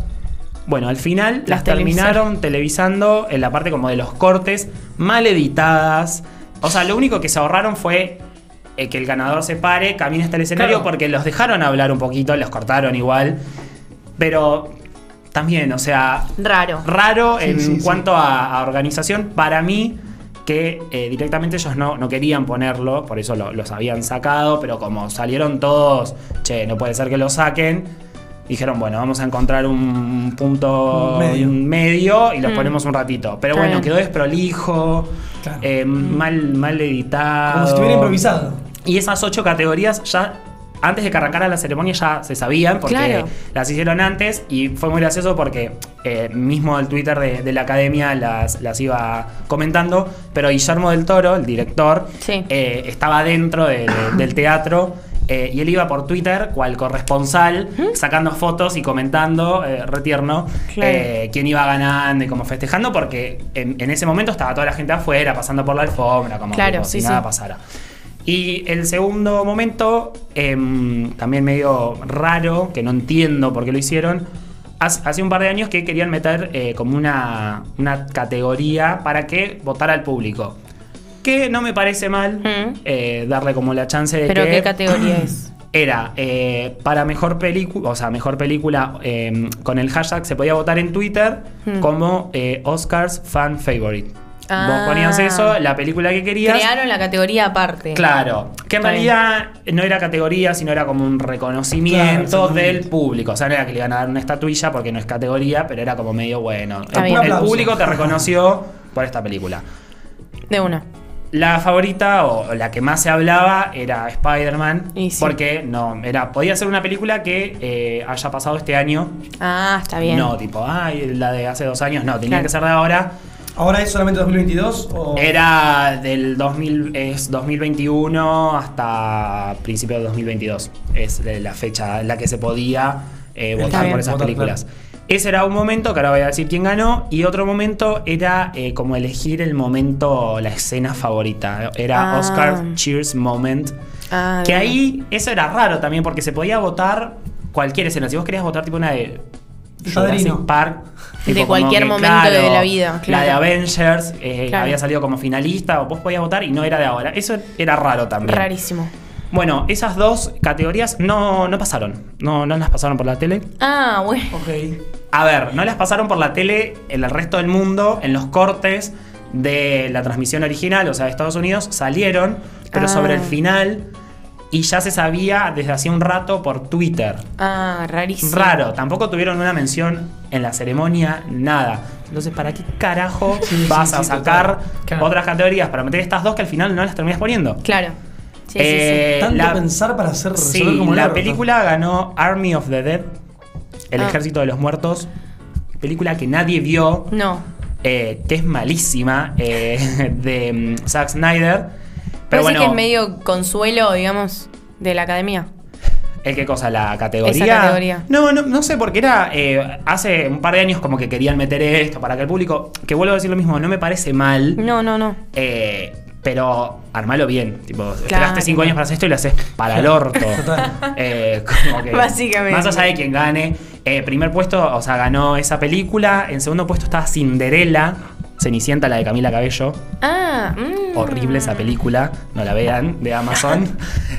S5: Bueno, al final las,
S2: Las
S5: terminaron televisando en la parte como de los cortes, mal editadas. O sea, lo único que se ahorraron fue eh, que el ganador se pare, camine hasta el escenario,
S1: Claro.
S5: porque los dejaron hablar un poquito, los cortaron igual. Pero también, o sea,
S2: Raro.
S5: raro en
S3: sí, sí.
S5: cuanto a, a organización. Para mí, que eh, directamente ellos no, no querían ponerlo, por eso lo- los habían sacado, pero como salieron todos, che, no puede ser que lo saquen. Dijeron, bueno, vamos a encontrar un punto
S3: Un medio.
S5: un medio y los
S2: Mm.
S5: ponemos un ratito. Pero
S2: Está
S5: bueno,
S2: bien.
S5: quedó desprolijo,
S3: Claro.
S5: eh, mal, mal editado.
S3: Como si estuviera improvisado.
S5: Y esas ocho categorías ya antes de que arrancara la ceremonia ya se sabían porque
S2: Claro.
S5: las hicieron antes y fue muy gracioso porque eh, mismo el Twitter de, de la academia las, las iba comentando, pero Guillermo del Toro, el director,
S2: Sí.
S5: eh, estaba dentro
S2: [laughs]
S5: de- de- del teatro. eh, y él iba por Twitter, cual corresponsal, sacando fotos y comentando, eh, retierno,
S2: ¿Mm?
S5: eh,
S2: Claro.
S5: quién iba ganando y como festejando, porque en, en ese momento estaba toda la gente afuera, pasando por la alfombra, como
S2: Claro,
S5: tipo, si
S2: sí,
S5: nada
S2: sí.
S5: pasara. Y el segundo momento, em, también medio raro, que no entiendo por qué lo hicieron, haz- hace un par de años que querían meter eh, como una, una categoría para que votara al público. Que no me parece mal
S2: Mm.
S5: eh, darle como la chance de
S2: Pero
S5: que...
S2: ¿qué categoría
S5: [coughs]
S2: es?
S5: Era eh, para mejor película, o sea, mejor película eh, con el hashtag se podía votar en Twitter
S2: Hmm.
S5: como eh, Oscars Fan Favorite.
S2: Ah.
S5: Vos ponías eso, la película que querías.
S2: Crearon la categoría aparte.
S5: Claro, que en
S2: Eh, Está bien.
S5: realidad no era categoría, sino era como un reconocimiento
S3: Claro,
S5: del público. O sea, no era que le iban a dar una estatuilla porque no es categoría, pero era como medio bueno.
S2: Está
S5: el,
S2: bien.
S5: el
S3: Aplauso.
S5: público te reconoció por esta película.
S2: De una.
S5: La favorita o la que más se hablaba era Spider-Man.
S2: Y sí.
S5: Porque no, era, podía ser una película que eh, haya pasado este año.
S2: Ah, está bien.
S5: No, tipo, ay, la de hace dos años. No, tenía
S2: Claro.
S5: que ser de ahora.
S3: ¿Ahora es solamente 2022? O...
S5: Era del 2000, es 2021 hasta principio de 2022. Es de la fecha en la que se podía eh,
S3: Está
S5: votar
S2: bien.
S5: por esas
S3: Votar,
S5: películas. Ese era un momento, que ahora voy a decir quién ganó, y otro momento era eh, como elegir el momento, la escena favorita. Era
S2: Ah.
S5: Oscar Cheers Moment.
S2: Ah,
S5: Que
S2: bien.
S5: ahí eso era raro también, porque se podía votar cualquier escena. Si vos querías votar tipo una de Jurassic
S3: Padrino.
S5: Park.
S2: De
S5: tipo, como
S2: cualquier
S5: que,
S2: momento de la vida,
S5: La de
S2: claro.
S5: Avengers eh,
S2: Claro.
S5: había salido como finalista, o vos podías votar y no era de ahora. Eso era raro también.
S2: Rarísimo.
S5: Bueno, esas dos categorías no, no pasaron. No, no las pasaron por la tele.
S2: Ah, bueno.
S3: Ok.
S5: A ver, no las pasaron por la tele en el resto del mundo, en los cortes de la transmisión original, o sea, de Estados Unidos, salieron, pero
S2: Ah.
S5: sobre el final y ya se sabía desde hacía un rato por Twitter.
S2: Ah, rarísimo.
S5: Raro, tampoco tuvieron una mención en la ceremonia, nada. Entonces, ¿para qué carajo vas
S3: sí,
S5: a
S3: sí,
S5: sacar
S1: Claro.
S5: otras categorías para meter estas dos que al final no las terminas poniendo?
S2: Claro. Sí,
S5: Eh,
S3: Tanto
S5: la-
S3: pensar para hacer resolver
S5: Sí,
S3: como el
S5: la
S3: orto.
S5: película ganó Army of the Dead, El
S2: Ah.
S5: Ejército de los Muertos, película que nadie vio,
S2: sí, sí. No.
S5: eh, que es malísima, eh, [laughs] de mm, Zack Snyder.
S2: Pero
S5: Pero bueno,
S2: que es medio consuelo, digamos, de la academia.
S5: ¿el qué cosa? ¿La categoría?
S2: Esa categoría.
S5: No, no, no sé, porque era eh, hace un par de años como que querían meter esto para que el público, que vuelvo a decir lo mismo, no me parece mal,
S2: No, no, no.
S5: eh, pero armalo bien. Tipo, esperaste
S2: Claro.
S5: cinco años para hacer esto y lo haces para
S2: [laughs]
S5: el orto.
S3: Total.
S5: Eh, como que-
S2: Básicamente.
S5: Más allá de quien gane. Eh, primer puesto, o sea, ganó esa película. En segundo puesto está Cinderella. Cenicienta, la de Camila Cabello.
S2: Ah, mm.
S5: Horrible esa película. No la vean,
S2: [laughs]
S5: de Amazon.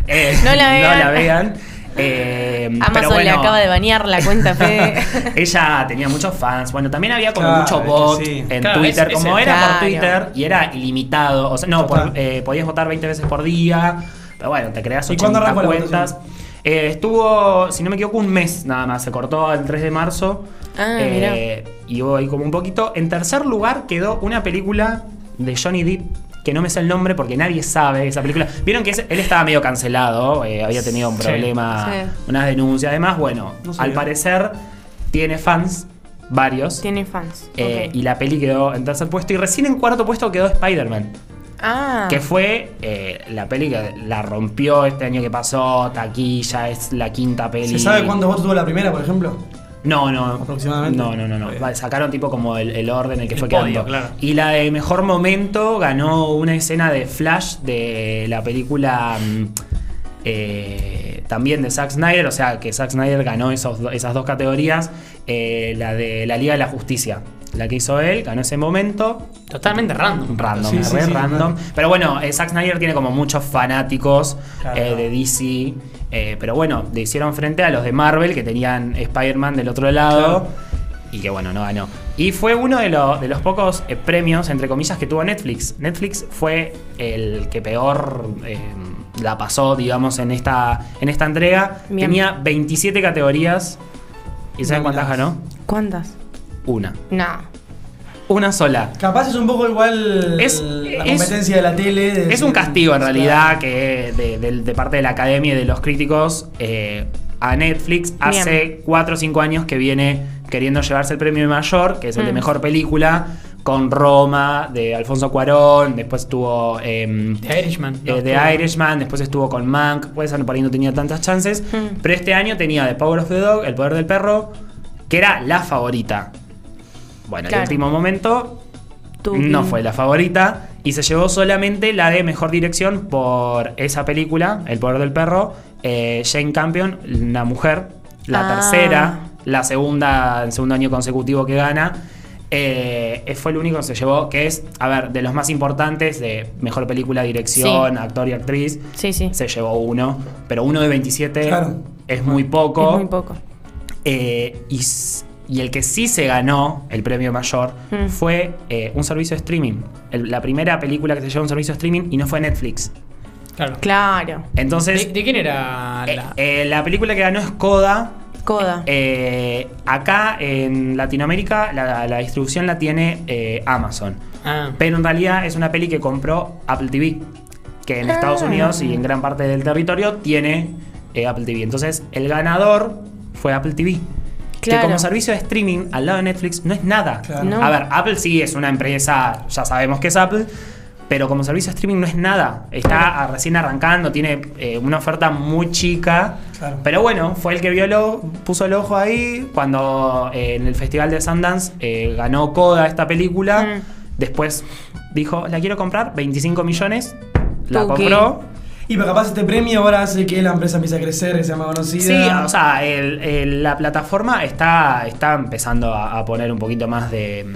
S5: Eh,
S2: No la vean.
S5: [laughs] No la vean. Eh, pero
S2: Amazon le
S5: bueno,
S2: acaba de banear la cuenta, Fede.
S5: [laughs] Ella tenía muchos fans. Bueno, también había como
S3: Claro,
S5: mucho
S3: es que
S5: bot
S3: sí.
S5: en
S1: Claro,
S5: Twitter.
S1: es- es
S5: como
S1: el-
S5: era por
S2: Claro.
S5: Twitter y era ilimitado. O sea, no,
S3: Total.
S5: por- eh, podías votar 20 veces por día. Pero bueno, te creas
S3: ¿Y cuándo
S5: 80
S3: arrancó la
S5: cuentas. Eh, estuvo, si no me equivoco, un mes nada más. Se cortó el 3 de marzo.
S2: Ah,
S5: Eh, y hubo ahí como un poquito. En tercer lugar quedó una película de Johnny Depp. Que no me sé el nombre porque nadie sabe esa película. Vieron que ese- él estaba medio cancelado, eh, había tenido un
S1: Sí.
S5: problema,
S2: Sí.
S5: unas denuncias. Además, bueno,
S3: No sabía.
S5: al parecer tiene fans,
S2: [laughs]
S5: varios.
S2: Tiene fans.
S5: eh,
S2: ok.
S5: Y la peli quedó en tercer puesto. Y recién en cuarto puesto quedó Spider-Man.
S2: Ah.
S5: Que fue eh, la peli que la rompió este año que pasó. Taquilla, es la quinta peli.
S3: ¿Se sabe cuántos votos tuvo la primera, por ejemplo?
S5: No, no.
S3: Aproximadamente.
S5: No, no, no. no.
S3: Bien.
S5: Vale, Sacaron tipo como el, el orden en el que
S1: El
S5: fue
S1: podio,
S5: quedando.
S1: claro.
S5: Y la de mejor momento ganó una escena de Flash de la película. mm, eh, también de Zack Snyder, o sea que Zack Snyder ganó esos do- esas dos categorías. eh, la de la Liga de la Justicia, la que hizo él, ganó ese momento.
S1: Totalmente random.
S5: Random,
S3: Sí,
S5: re
S3: sí, sí,
S5: random.
S3: random.
S5: Pero bueno, eh, Zack Snyder tiene como muchos fanáticos
S3: Claro.
S5: eh, de DC. eh, pero bueno, le hicieron frente a los de Marvel que tenían Spider-Man del otro lado. Y que bueno, no ganó. Y fue uno de, lo- de los pocos eh, premios, entre comillas, que tuvo Netflix. Netflix fue el que peor eh, la pasó, digamos, en esta, en esta entrega.
S2: Bien.
S5: Tenía 27 categorías. ¿Y saben cuántas ganó?
S2: ¿Cuántas?
S5: Una.
S2: No.
S5: Una sola.
S3: Capaz es un poco igual
S5: Es-
S3: la
S5: es-
S3: competencia de la tele. de-
S5: Es un castigo en
S3: Claro.
S5: realidad que de, de- de parte de la academia y de los críticos eh, a Netflix hace 4 o 5 años que viene queriendo llevarse el premio mayor, que es el de
S2: Mm.
S5: mejor película, con Roma, de Alfonso Cuarón, después tuvo em,
S1: The Irishman.
S5: eh,
S1: No,
S5: The
S1: estuvo-
S5: Irishman, después estuvo con Mank, pues por ahí no tenía tantas chances,
S2: Mm.
S5: pero este año tenía The Power of the Dog, El Poder del Perro, que era la favorita. Bueno, el
S2: Claro.
S5: último momento
S2: Tú. Mm.
S5: no fue la favorita y se llevó solamente la de mejor dirección por esa película, El poder del perro, eh, Jane Campion, una mujer, la
S2: Ah.
S5: tercera, la segunda, el segundo año consecutivo que gana. eh, eh, fue el único que se llevó, que es, a ver, de los más importantes de mejor película, dirección,
S2: Sí.
S5: actor y actriz,
S2: Sí, sí.
S5: se llevó uno, pero uno de 27
S3: Claro.
S5: es muy poco.
S2: Es muy poco.
S5: Eh, y, s- y el que sí se ganó el premio mayor
S2: Mm.
S5: fue eh, un servicio de streaming. El- la primera película que se llevó a un servicio de streaming y no fue Netflix.
S1: Claro.
S2: Claro.
S5: Entonces,
S1: ¿De, de quién era
S5: eh, eh,
S1: la.?
S5: la... película que ganó es Coda.
S2: Coda.
S5: Eh, acá en Latinoamérica la, la distribución la tiene eh, Amazon.
S1: Ah,
S5: Pero en realidad es una peli que compró Apple TV. Que en Estados
S2: Ah.
S5: Unidos y en gran parte del territorio tiene eh, Apple TV. Entonces, el ganador fue Apple TV. Que
S2: Claro.
S5: como servicio de streaming al lado de Netflix no es nada.
S3: Claro.
S2: No.
S5: A ver, Apple sí es una empresa, ya sabemos que es Apple, pero como servicio de streaming no es nada. Está ah, recién arrancando, tiene eh, una oferta muy chica.
S3: Claro.
S5: Pero bueno, fue el que vio lo, puso el ojo ahí cuando eh, en el Festival de Sundance eh, ganó Coda esta película.
S2: Mm.
S5: Después dijo, la quiero comprar, 25 millones. La
S2: Ok.
S5: compró.
S3: Y pero capaz este premio ahora hace que la empresa empiece a crecer, que sea más conocida.
S5: Sí, o sea, el- el- la plataforma está, está empezando a, a poner un poquito más de. mm,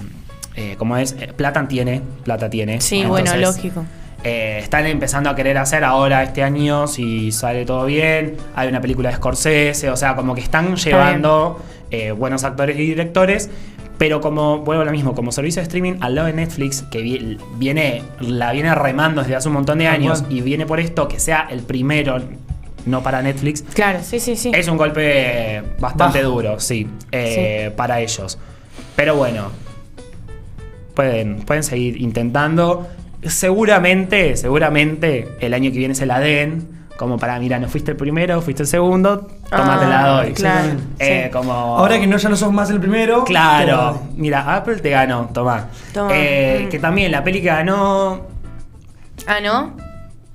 S5: Eh, ¿Cómo es? Eh, Plata tiene, plata tiene.
S2: Sí,
S5: Entonces,
S2: bueno, lógico.
S5: eh, están empezando a querer hacer ahora este año, si sale todo bien. Hay una película de Scorsese, o sea, como que están llevando eh, buenos actores y directores. Pero como, vuelvo a lo mismo, como servicio de streaming, al lado de Netflix, que vi- viene, la viene remando desde hace un montón de
S3: Tal
S5: años,
S3: cual.
S5: y viene por esto, que sea el primero, no para Netflix,
S2: Claro, sí, sí, sí.
S5: es un golpe bastante
S3: Bajo.
S5: duro, sí, eh, para ellos. Pero bueno, pueden, pueden seguir intentando. Seguramente, seguramente el año que viene se la den. Como para, mira, no fuiste el primero, fuiste el segundo, tómate la
S2: Ah,
S5: doy.
S2: claro,
S5: [laughs] Eh,
S2: sí.
S5: como...
S3: Ahora que no ya no sos más el primero.
S5: Claro, mira, Apple te ganó, tomá.
S2: Tomá.
S5: Eh,
S2: Mm.
S5: Que también la peli que ganó
S2: Ah, ¿no?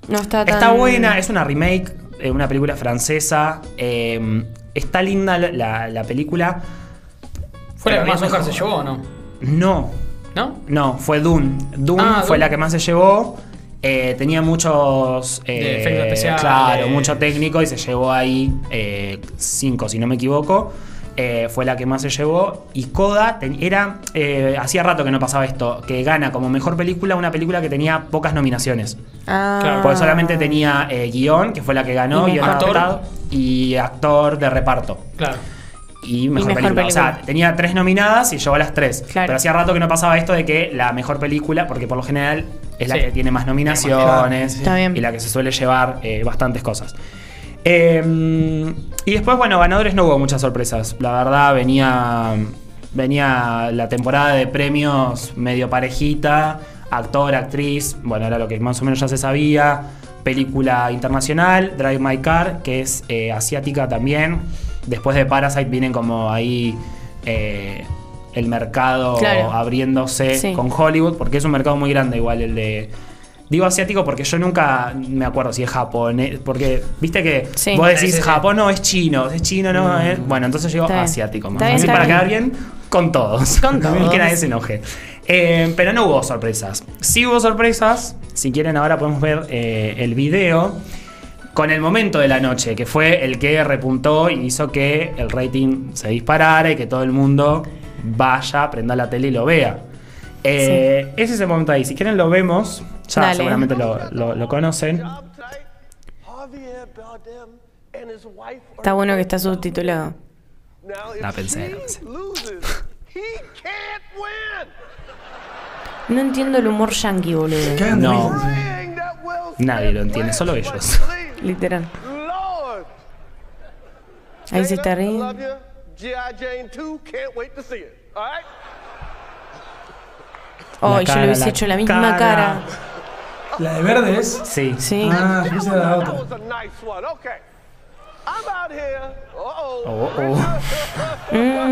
S2: No está tan...
S5: Está buena, es una remake, eh, una película francesa. eh, está linda la, la- la película.
S1: ¿Fue la que
S5: Pero
S1: más
S5: es
S1: Oscar se
S5: mejor.
S1: llevó o no?
S5: No,
S1: ¿No?
S5: no, fue Dune. Dune
S1: Ah,
S5: fue
S1: Dune.
S5: la que más se llevó. eh, tenía muchos eh,
S1: De efectos especiales.
S5: Claro, mucho técnico y se llevó ahí eh, cinco, si no me equivoco. Eh, fue la que más se llevó. Y Coda ten- era. eh, Hacía rato que no pasaba esto. Que gana como mejor película una película que tenía pocas nominaciones.
S2: Ah.
S1: Claro,
S5: Porque solamente tenía eh, guión, que fue la que ganó,
S2: Y
S5: guión
S1: actor.
S5: adaptado, y actor de reparto.
S1: Claro.
S5: Y mejor,
S2: mejor
S5: película. O sea,
S2: película.
S5: tenía tres nominadas y llegó a las tres.
S2: Claro.
S5: Pero hacía rato que no pasaba esto de que la mejor película, porque por lo general es la
S1: Sí.
S5: que tiene más
S3: Claro,
S5: nominaciones
S3: sí.
S2: Está bien.
S5: y la que se suele llevar eh, bastantes cosas. Eh, y después, bueno, ganadores no hubo muchas sorpresas. La verdad, venía, venía la temporada de premios medio parejita. Actor, actriz, bueno, era lo que más o menos ya se sabía. Película internacional, Drive My Car, que es eh, asiática también. Después de Parasite vienen como ahí eh, el mercado
S2: Claro.
S5: abriéndose
S2: Sí.
S5: con Hollywood, porque es un mercado muy grande igual el de... Digo asiático porque yo nunca me acuerdo si es japonés, porque viste que
S2: Sí. Mm.
S5: vos decís
S1: Sí, sí, sí.
S5: Japón no es chino, es chino no es... Bueno, entonces yo digo
S2: Está bien.
S5: asiático, más
S2: Está bien,
S5: así
S2: está
S5: para
S2: bien.
S5: quedar bien con todos.
S2: Con todos.
S5: [laughs] que nadie se enoje. Eh, pero no hubo sorpresas. Sí hubo sorpresas, si quieren ahora podemos ver eh, el video con el momento de la noche, que fue el que repuntó y hizo que el rating se disparara y que todo el mundo vaya, prenda la tele y lo vea. Eh, Ese es el momento ahí. Si quieren lo vemos, ya
S2: Dale.
S5: seguramente lo, lo- lo conocen.
S2: Está bueno que está subtitulado.
S5: La pensé, la pensé.
S2: No entiendo el humor yankee, boludo.
S3: ¿Qué?
S5: No,
S6: Nadie lo entiende, solo ellos.
S2: Literal. Ahí se está riendo. Oh,
S5: La
S2: y yo
S5: cara,
S2: le hubiese
S5: la
S2: hecho la misma
S5: cara.
S2: cara.
S3: La de verde es.
S5: sí.
S2: Sí.
S3: Ah, yo pensé que era la otra.
S5: Oh, oh.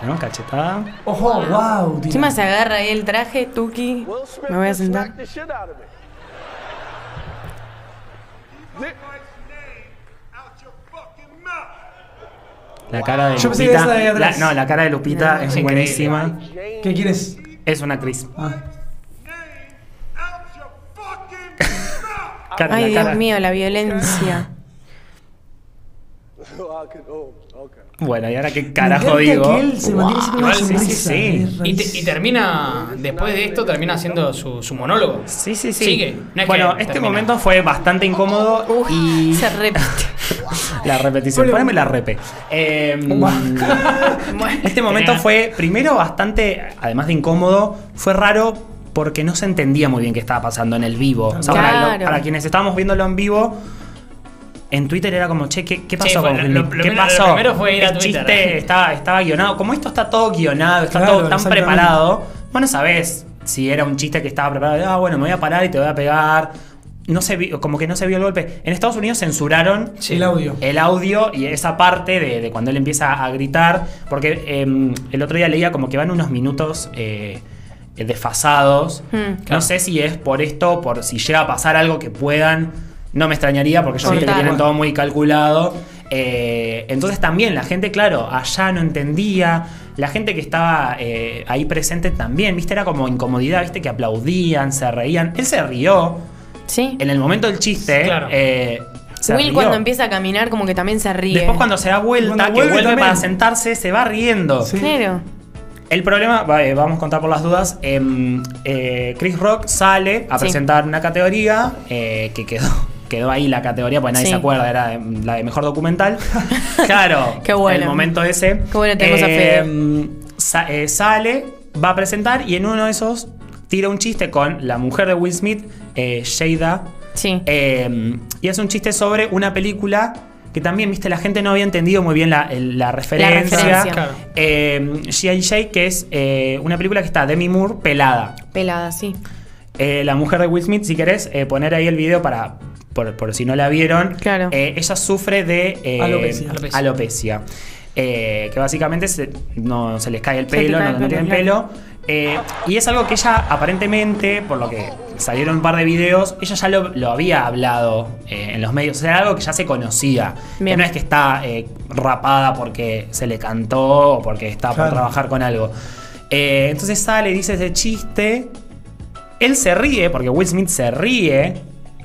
S5: Bueno, cachetada.
S3: Ojo, wow, tío.
S2: ¿Qué más agarra ahí el traje, Tuki? Me voy a sentar.
S5: La cara de
S3: Yo pensé que
S5: Lupita.
S3: esa de atrás.
S5: La- no, la cara de Lupita es buenísima.
S3: ¿Qué quieres?
S5: Es una actriz.
S3: Ah.
S5: Cara- la
S2: Ay,
S5: cara-
S2: Dios mío, la violencia.
S5: Bueno, ¿y ahora qué carajo
S3: Me encanta
S5: digo?
S3: que él se mantiene siempre
S1: Igual,
S3: una
S1: sí, sí,
S3: sonrisa.
S5: sí.
S3: Es
S1: Y, te-
S3: rarísimo.
S1: y termina, después de esto, termina haciendo su, su monólogo.
S5: Sí, sí, sí.
S1: Sigue. No es
S5: bueno,
S1: que
S5: este
S1: termina.
S5: momento fue bastante incómodo y
S2: Se repite.
S5: la repetición. Poneme la repe. Eh, [laughs] este momento fue primero bastante, además de incómodo, fue raro porque no se entendía muy bien qué estaba pasando en el vivo. O sea, para, lo-
S2: Claro.
S5: para quienes estábamos viéndolo en vivo. En Twitter era como, che, ¿qué, qué pasó?
S1: Sí, fue
S5: con
S1: lo-
S5: Will
S1: lo
S5: Smith?
S1: primero-
S5: ¿Qué
S1: lo
S5: pasó?
S1: primero fue ir a
S5: El
S1: Twitter. ¿eh?
S5: chiste estaba, estaba guionado. Como esto está todo guionado, está
S3: Claro,
S5: todo tan
S3: exactamente.
S5: preparado, vos no sabés si era un chiste que estaba preparado. de, Ah, bueno, me voy a parar y te voy a pegar. No se vi- como que no se vio el golpe. En Estados Unidos censuraron
S3: Sí, el audio.
S5: el audio y esa parte de, de cuando él empieza a gritar, porque em, el otro día leía como que van unos minutos eh, eh, desfasados.
S2: Mm.
S5: No sé si es por esto, por si llega a pasar algo que puedan. No me extrañaría porque yo sé que
S2: Cortar.
S5: tienen todo muy calculado. Eh, entonces también la gente, claro, allá no entendía. La gente que estaba eh, ahí presente también, viste, era como incomodidad, viste, que aplaudían, se reían. Él se rió
S2: ¿Sí?
S5: en el momento del chiste.
S1: Claro.
S5: eh, se
S2: Will
S5: rió.
S2: cuando empieza a caminar como que también se ríe.
S5: Después cuando se da vuelta,
S3: Cuando
S5: que
S3: vuelve
S5: vuelve
S3: también.
S5: para sentarse, se va riendo.
S3: Sí.
S2: Claro.
S5: El problema, va, eh, vamos a contar por las dudas, em, eh, Chris Rock sale a
S2: Sí.
S5: presentar una categoría eh, que quedó, [laughs] quedó ahí la categoría, porque nadie
S2: Sí.
S5: se acuerda, era de- la de mejor documental. [laughs] claro,
S2: [laughs] Qué bueno.
S5: el momento ese.
S2: Qué bueno, tenemos a
S5: Em, sa- eh, sale, va a presentar y en uno de esos tira un chiste con la mujer de Will Smith, eh, Jada.
S2: Sí.
S5: Eh, y hace un chiste sobre una película que también, viste, la gente no había entendido muy bien la, el- la referencia.
S2: referencia.
S1: Claro.
S5: Eh, G.I. que es eh, una película que está Demi Moore pelada.
S2: Pelada, sí.
S5: Eh, la mujer de Will Smith, si querés eh, poner ahí el video para. Por, por si no la vieron.
S2: Claro.
S5: Eh, ella sufre de. eh,
S3: Alopecia.
S5: alopecia. Eh, que básicamente se, no se les cae el
S2: Se te
S5: pelo,
S2: cae
S5: no,
S2: el pelo,
S5: no tienen
S2: claro.
S5: pelo. Eh, y es algo que ella aparentemente, por lo que salieron un par de videos, ella ya lo, lo había hablado eh, en los medios. O sea, era algo que ya se conocía. Que
S2: Bien.
S5: no es que está eh, rapada porque se le cantó o porque está
S3: Claro.
S5: por trabajar con algo. Eh, entonces sale, dice ese chiste. Él se ríe, porque Will Smith se ríe,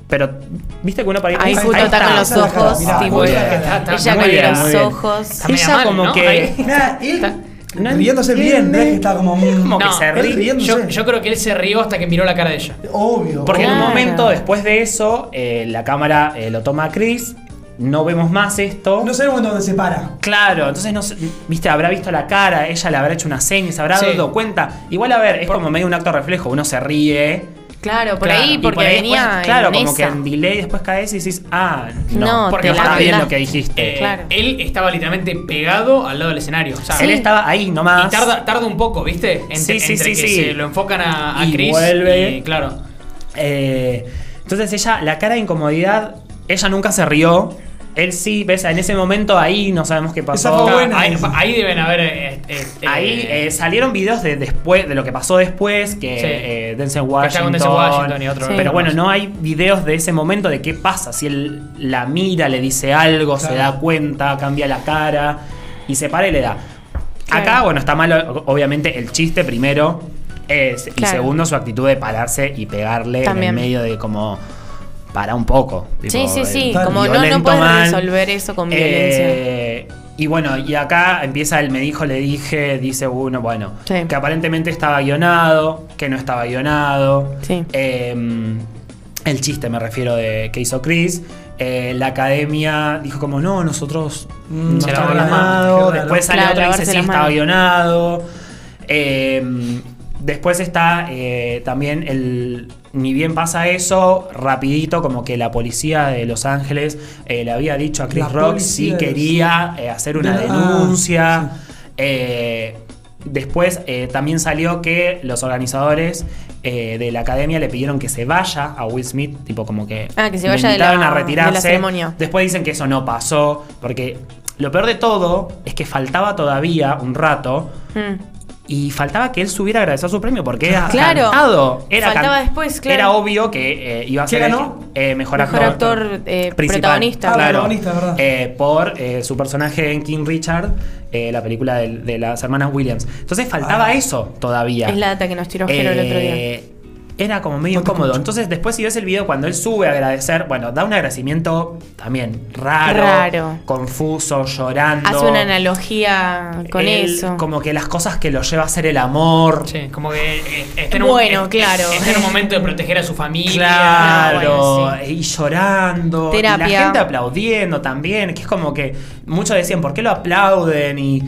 S5: pero viste que uno para
S2: Ahí justo está con los
S3: está la cara,
S2: ojos,
S3: mirá,
S2: tipo,
S5: muy bien.
S2: ella
S5: Muy
S2: con
S5: bien, muy
S2: los
S5: bien.
S2: ojos.
S1: media
S5: Ella
S1: mal,
S5: como
S1: ¿no?
S5: que.
S1: Ahí.
S3: Nada, él
S5: No
S3: riéndose bien, no es que está como.
S5: Él
S3: mm,
S5: como que
S1: No,
S5: se
S1: él
S5: ríe.
S3: riendo.
S1: Yo, yo creo que él se rió hasta que miró la cara de ella.
S3: Obvio.
S5: Porque en un
S2: Claro.
S5: momento, después de eso, eh, la cámara eh, lo toma a Chris. No vemos más esto.
S3: No sé el momento donde se para.
S5: Claro, entonces no sé, viste, habrá visto la cara, ella le habrá hecho una seña, se habrá
S1: Sí.
S5: dado cuenta. Igual a ver, es como medio un acto reflejo, uno se ríe.
S2: Claro, por
S1: Claro,
S2: ahí,
S1: y
S2: porque
S5: por ahí
S2: venía.
S5: después-
S2: en
S5: claro, como
S2: esa.
S5: que en delay después caes y dices, ah, no,
S2: No,
S5: porque
S1: te la
S5: está bien
S1: mandás.
S5: lo que dijiste.
S1: Eh,
S2: Claro.
S1: Él estaba literalmente pegado al lado del escenario. O sea,
S5: Él estaba ahí nomás.
S1: Y tarda, tarda un poco, ¿viste? Entre,
S5: Sí, sí,
S1: entre
S5: sí,
S1: que
S5: sí.
S1: se lo enfocan a, a
S5: Y
S1: Chris.
S5: vuelve.
S1: y, claro.
S5: Eh, entonces ella, la cara de incomodidad, ella nunca se rió. Él sí, ves, en ese momento ahí no sabemos qué pasó.
S3: Esa fue buena.
S1: Ahí, ahí deben haber. eh, eh, eh,
S5: Ahí eh,
S1: eh,
S5: salieron videos de después de lo que pasó después, que
S1: Sí.
S5: eh, Denzel
S1: Que está
S5: Washington.
S1: con Denzel Washington y otro-
S2: Sí.
S5: Pero bueno, no hay videos de ese momento de qué pasa. Si él la mira, le dice algo, se
S3: Claro.
S5: da cuenta, cambia la cara y se para y le da.
S2: Claro.
S5: Acá, bueno, está mal, o- obviamente, el chiste primero. es- Y
S2: Claro.
S5: segundo, su actitud de pararse y pegarle
S2: También.
S5: en el medio de como. Para un poco.
S2: Sí,
S5: tipo,
S2: sí, sí.
S5: eh,
S2: Como no,
S5: violento
S2: no puedes
S5: mal.
S2: resolver eso con violencia.
S5: Eh, y bueno, y acá empieza el me dijo, le dije, dice uno, bueno,
S2: Sí.
S5: que aparentemente estaba guionado, que no estaba guionado.
S2: Sí.
S5: Eh, el chiste, me refiero, de que hizo Chris. Eh, la academia dijo como, no, nosotros
S3: Mm,
S5: no
S1: se
S5: estaba
S1: lavó las
S5: guionado.
S3: manos, qué
S5: Después sale
S2: raro.
S5: otra
S2: Claro,
S5: y
S2: lavarse
S5: dice, sí,
S2: las
S5: estaba
S2: manos.
S5: guionado. Eh, después está eh, también el. Ni bien pasa eso, rapidito, como que la policía de Los Ángeles eh, le había dicho a Chris
S3: La
S5: Rock
S3: policía
S5: si
S3: de Los-
S5: quería eh, hacer una
S3: Ah,
S5: denuncia. Eh, después eh, también salió que los organizadores eh, de la academia le pidieron que se vaya a Will Smith, tipo como que,
S2: Ah, que se
S5: lo
S2: vaya de
S5: invitaron
S2: la-
S5: a
S2: de la
S5: retirarse.
S2: ceremonia.
S5: Después dicen que eso no pasó, porque lo peor de todo es que faltaba todavía un rato
S2: Mm.
S5: y faltaba que él subiera a agradecer su premio porque era
S2: Claro.
S5: cantado. Era
S2: Faltaba
S5: can-
S2: después, claro.
S5: Era obvio que eh, iba a
S3: ¿Quién
S5: ser
S3: ganó?
S5: eh, mejor,
S2: Mejor actor, eh,
S5: principal.
S2: protagonista.
S3: Ah,
S5: Claro.
S3: protagonista, verdad.
S5: Eh, por eh, su personaje en King Richard, eh, la película del- de, las hermanas Williams. Entonces faltaba
S3: Ah.
S5: eso todavía.
S2: Es la data que nos tiró Jero el otro día.
S5: Eh, Era como medio incómodo. Entonces, después, si ves el video, cuando él sube a agradecer, bueno, da un agradecimiento también raro,
S2: Raro.
S5: confuso, llorando.
S2: Hace una analogía con
S5: Él,
S2: eso.
S5: Como que las cosas que lo lleva a hacer el amor.
S1: sí, como que. eh, está en un-
S2: Bueno,
S1: eh,
S2: claro.
S1: Está en un momento de proteger a su familia.
S5: Claro,
S2: bueno,
S5: y llorando, y
S2: Terapia.
S5: la gente aplaudiendo también, que es como que muchos decían, ¿por qué lo aplauden? Y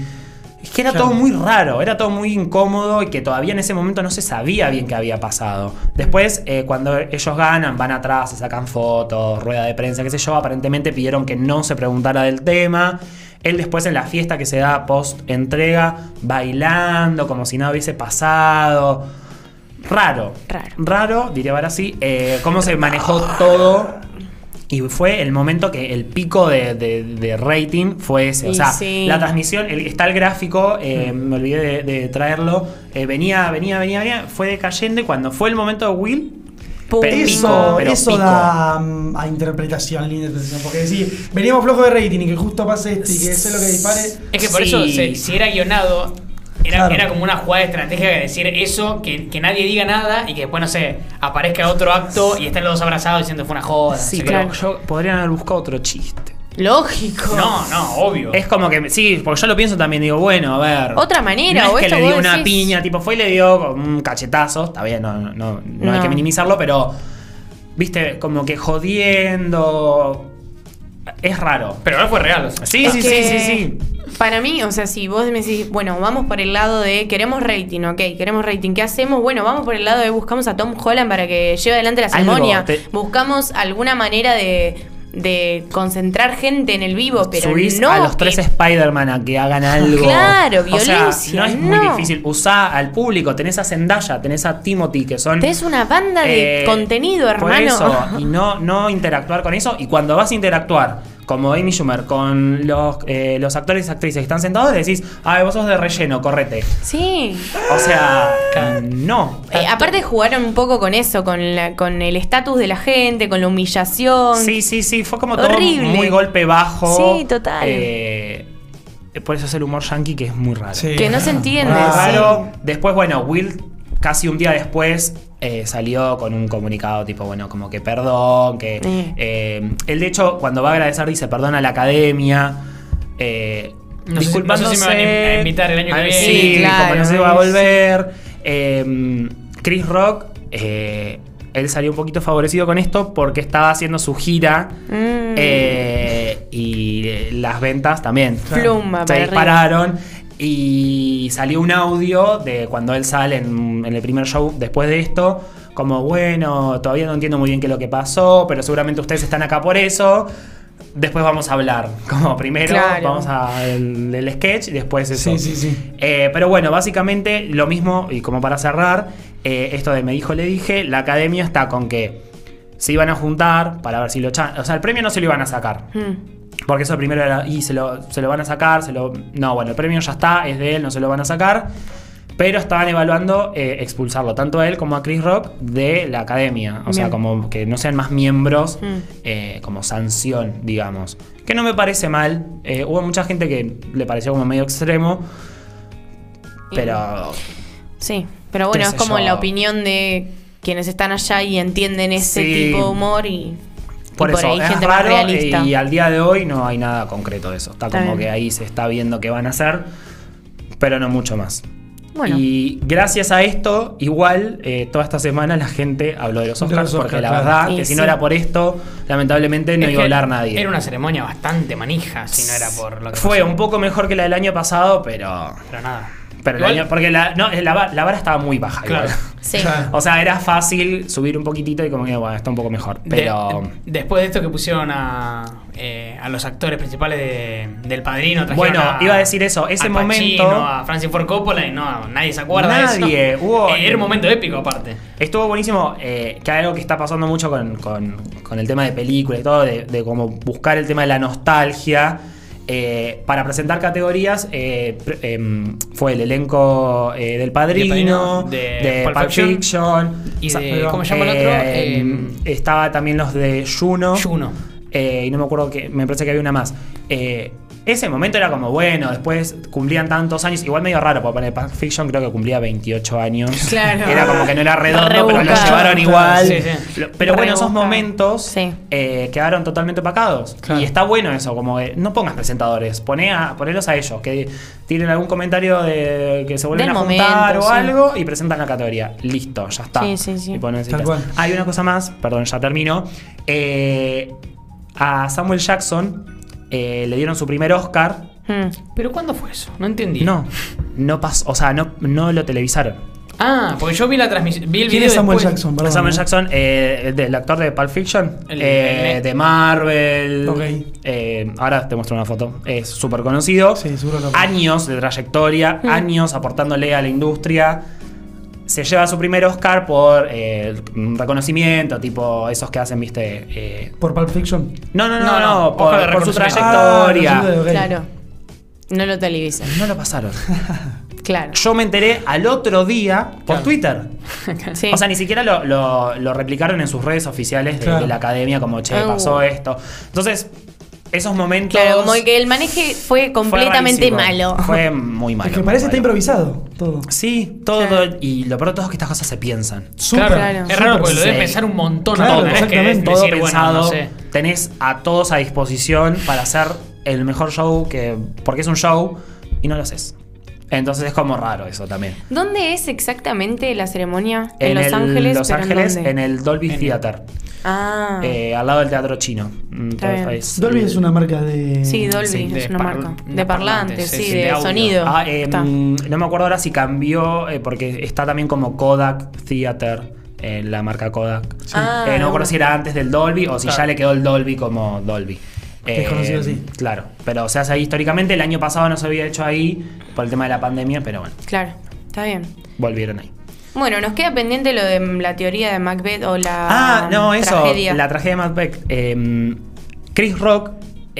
S5: es que era todo muy raro, era todo muy incómodo y que todavía en ese momento no se sabía bien qué había pasado. Después, eh, cuando ellos ganan, van atrás, se sacan fotos, rueda de prensa, qué sé yo, aparentemente pidieron que no se preguntara del tema. Él después en la fiesta que se da post entrega, bailando como si nada hubiese pasado. Raro.
S2: Raro.
S5: Raro, diría ahora sí, eh, cómo se manejó todo. Y fue el momento que el pico de, de- de rating fue ese. O
S2: Y
S5: sea,
S2: sí. Hmm.
S5: la transmisión, el- está el gráfico, eh, me olvidé de, de traerlo. eh, venía, venía, venía, venía, fue decayendo y cuando fue el momento de Will,
S2: Pum,
S5: pero
S3: Eso,
S5: pico, pero
S3: eso
S5: pico.
S3: da mm, a interpretación, linda interpretación. Porque decir, veníamos flojos de rating y que justo pase este y que sea lo que dispare.
S1: Es que por
S5: Sí.
S1: eso, se- si era guionado, era,
S3: Claro.
S1: era como una jugada estratégica de decir eso, que, que nadie diga nada y que después, no sé, aparezca otro acto y estén los dos abrazados diciendo fue una joda. no
S5: Sí,
S1: sé qué.
S5: pero yo podrían haber buscado otro chiste.
S2: Lógico.
S5: No, no, obvio. Es como que, sí, porque yo lo pienso también, digo, bueno, a ver.
S2: Otra manera,
S5: No
S2: o
S5: es que
S2: esto
S5: le dio
S2: vos
S5: una
S2: decís-
S5: piña, tipo, fue y le dio con un cachetazo, está bien, no, no, no, no hay
S2: No.
S5: que minimizarlo, pero, viste, como que jodiendo. Es raro.
S1: Pero ahora fue real, o sea.
S5: Sí,
S2: Es
S5: sí,
S2: que-
S5: sí, sí, sí.
S2: Para mí, o sea, si vos me decís, bueno, vamos por el lado de queremos rating, ok, queremos rating, ¿qué hacemos? Bueno, vamos por el lado de buscamos a Tom Holland para que lleve adelante la
S5: Algo,
S2: ceremonia.
S5: te-
S2: Buscamos alguna manera de, de concentrar gente en el vivo, pero
S5: Subís
S2: no
S5: a los
S2: que-
S5: tres Spider-Man a que hagan algo.
S2: Claro,
S5: O sea,
S2: violencia,
S5: no es muy
S2: no.
S5: difícil. Usá al público, tenés a Zendaya, tenés a Timothy, que son.
S2: Tenés una banda de
S5: Eh,
S2: contenido,
S5: por
S2: hermano. [laughs]
S5: eso, y no, no interactuar con eso. Y cuando vas a interactuar, como Amy Schumer, con los, eh, los actores y actrices que están sentados, le decís, ay, vos sos de relleno, correte.
S2: Sí.
S5: O sea, no.
S2: Eh, aparte jugaron un poco con eso, con, la- con el estatus de la gente, con la humillación.
S5: Sí, sí, sí, fue como todo
S2: Horrible.
S5: muy golpe bajo.
S2: Sí, total.
S5: Eh, por eso es el humor yankee que es muy raro.
S3: Sí.
S2: Que no se entiende. sí.
S5: Ah, Claro. Después, bueno, Will casi un día después eh, salió con un comunicado tipo, bueno, como que perdón, que...
S2: Mm.
S5: eh, él de hecho cuando va a agradecer dice perdón a la academia. Eh,
S1: No sé si- no sé si me van a
S5: disculpándose.
S1: in- a invitar el año que
S5: Ah,
S1: viene.
S5: Sí,
S2: Sí, claro.
S5: como no se va a volver. Eh, Chris Rock, eh, él salió un poquito favorecido con esto porque estaba haciendo su gira
S2: Mm.
S5: eh, y eh, las ventas también
S2: Plumba,
S5: se
S2: para
S5: dispararon y salió un audio de cuando él sale en, en el primer show después de esto como bueno todavía no entiendo muy bien qué es lo que pasó pero seguramente ustedes están acá por eso después vamos a hablar [laughs] como primero
S2: Claro.
S5: vamos al el sketch y después eso
S3: Sí, sí, sí.
S5: Eh, pero bueno básicamente lo mismo y como para cerrar eh, esto de me dijo le dije la academia está con que se iban a juntar para ver si lo echan o sea el premio no se lo iban a sacar
S2: Mm.
S5: porque eso primero era, y se lo, se lo van a sacar, se lo. No, bueno, el premio ya está, es de él, no se lo van a sacar. Pero estaban evaluando eh, expulsarlo, tanto a él como a Chris Rock, de la academia. O sea,
S2: Bien.
S5: como que no sean más miembros,
S2: Mm.
S5: eh, como sanción, digamos. Que no me parece mal. eh, hubo mucha gente que le pareció como medio extremo. Pero.
S2: Sí, pero bueno,
S5: Qué
S2: es
S5: sé
S2: como
S5: yo.
S2: la opinión de quienes están allá y entienden ese
S5: Sí.
S2: tipo de humor y y
S5: Por, eso,
S2: ahí
S5: es
S2: gente más
S5: raro
S2: realista.
S5: y al día de hoy no hay nada concreto de eso. Está,
S2: Está
S5: como
S2: bien.
S5: que ahí se está viendo qué van a hacer, pero no mucho más.
S2: Bueno.
S5: Y gracias a esto, igual, eh, toda esta semana la gente habló de los
S3: De los
S5: Oscars,
S3: Oscars,
S5: porque la
S3: claro.
S5: verdad
S2: Sí,
S5: que si
S2: sí.
S5: no era por esto, lamentablemente no
S1: Es
S5: iba a
S1: que
S5: hablar nadie.
S1: Era una ceremonia bastante manija, si no era por lo que
S5: Fue
S1: pasó.
S5: un poco mejor que la del año pasado, pero.
S1: Pero nada.
S5: pero el
S1: Igual-
S5: año- porque la, no, la, va- la vara estaba muy baja. igual.
S1: Claro.
S2: Sí.
S3: Claro.
S5: [laughs] O sea, era fácil subir un poquitito y como que, bueno, está un poco mejor.
S1: De-
S5: Pero.
S1: después de esto que pusieron a, eh, a los actores principales de- del padrino, trajeron
S5: Bueno,
S1: a-
S5: iba a decir eso, ese
S1: al Pacino,
S5: momento-
S1: A Francis Ford Coppola y no, nadie se acuerda de
S5: Nadie,
S1: eso.
S5: hubo-
S1: Eh, [laughs] era un momento épico, aparte.
S5: Estuvo buenísimo, eh, que hay algo que está pasando mucho con, con- con el tema de películas y todo, de, de como buscar el tema de la nostalgia. eh, para presentar categorías eh, pr- em, fue el elenco eh, del Padrino,
S1: Padrino, de
S5: de,
S1: Pulp
S5: Pulp
S1: Fiction,
S5: Fiction,
S1: y
S5: o sea,
S1: de-
S5: perdón,
S1: ¿cómo se llama el otro?
S5: em, estaba también los de Juno.
S1: Juno.
S5: Eh, y no me acuerdo que. Me parece que había una más. Eh, ese momento era como bueno, después cumplían tantos años, igual medio raro, porque poner Pulp Fiction creo que cumplía 28 años.
S2: Claro.
S5: Era como que no era redondo, pero lo
S2: Rebuscado.
S5: llevaron igual.
S1: Sí, sí.
S5: Lo- Pero bueno, esos
S2: Rebuscado.
S5: momentos
S2: Sí.
S5: eh, quedaron totalmente opacados.
S3: Claro.
S5: Y está bueno eso, como que no pongas presentadores, poné a, ponelos a ellos, que tienen algún comentario de que se vuelven
S2: Del
S5: a juntar
S2: momento,
S5: o
S2: sí.
S5: algo y presentan la categoría. Listo, ya está.
S2: Sí, sí, sí.
S5: Y ponen
S3: Tal
S5: citas.
S3: cual.
S5: Hay una cosa más, perdón, ya termino. Eh, a Samuel Jackson eh, le dieron su primer Oscar.
S2: Mm.
S1: ¿Pero cuándo fue eso? No entendí.
S5: No, no pasó, o sea, no, no lo televisaron.
S1: Ah, porque yo vi la transmisión. Vi el
S3: ¿Quién
S1: video
S3: es Samuel
S1: después.
S3: Jackson? Perdón,
S5: Samuel
S3: ¿no?
S5: Jackson, eh, del actor de Pulp Fiction,
S1: El-
S5: eh,
S1: el-
S5: de Marvel.
S3: Ok.
S5: Eh, ahora te muestro una foto. Es súper conocido.
S3: Sí, seguro lo-
S5: Años de trayectoria, años aportándole a la industria. Se lleva su primer Oscar por eh, un reconocimiento, tipo esos que hacen, viste. Eh,
S3: ¿Por Pulp Fiction?
S5: no, no, no,
S1: No,
S5: no,
S1: no,
S5: por,
S1: Oscar de
S5: por su
S1: reconocimiento.
S5: trayectoria.
S3: Ah, no, yo creo, ok.
S2: Claro. No lo televisan.
S5: no lo pasaron. [laughs]
S2: Claro.
S5: Yo me enteré al otro día por
S1: Claro.
S5: Twitter.
S2: Sí.
S5: O sea, ni siquiera lo, lo- lo replicaron en sus redes oficiales de,
S3: Claro.
S5: de la academia, como che,
S2: Uh.
S5: pasó esto. Entonces, esos momentos.
S2: claro, como que el maneje fue
S5: fue
S2: completamente
S5: rarísimo.
S2: malo.
S5: Fue muy malo.
S3: Es que
S5: muy
S3: parece está
S5: malo.
S3: improvisado todo.
S5: Sí, todo,
S2: Claro.
S5: todo- Y lo peor de todo es que estas cosas se piensan.
S1: Claro,
S2: Claro.
S1: es raro porque lo debe
S5: Súper serio.
S1: pensar un montón.
S3: Claro,
S1: no es que
S3: exactamente.
S5: Todo
S1: decir, bueno,
S5: pensado.
S1: no sé.
S5: tenés a todos a disposición para hacer el mejor show que. porque es un show y no lo haces. Entonces es como raro eso también.
S2: [laughs] ¿Dónde es exactamente la ceremonia? En, Los
S5: el-
S2: Ángeles.
S5: Los
S2: pero ¿en,
S5: Ángeles,
S2: dónde?
S5: en el Dolby Theater,
S2: Ah,
S5: eh, al lado del teatro chino. Entonces,
S2: bien.
S5: es-
S3: Dolby es una marca de.
S2: sí, Dolby
S1: sí, de
S2: es una
S1: par-
S2: marca.
S1: de
S2: De parlantes,
S1: parlantes,
S2: sí,
S1: sí,
S2: de,
S1: de audio.
S2: sonido.
S5: Ah, eh,
S2: Está.
S5: no me acuerdo ahora si cambió, eh, porque está también como Kodak Theater, eh, la marca Kodak.
S2: Ah,
S5: Eh, no me
S2: bueno.
S5: acuerdo si era antes del Dolby o si ya le quedó el Dolby como Dolby. Eh,
S3: Que es conocido así.
S5: Claro, pero se hace ahí históricamente. El año pasado no se había hecho ahí por el tema de la pandemia, pero bueno,
S2: Claro, está bien.
S5: volvieron ahí.
S2: Bueno, nos queda pendiente lo de mm, la teoría de Macbeth o la mm,
S5: Ah, no, eso.
S2: tragedia.
S5: La tragedia de Macbeth. eh, Chris Rock.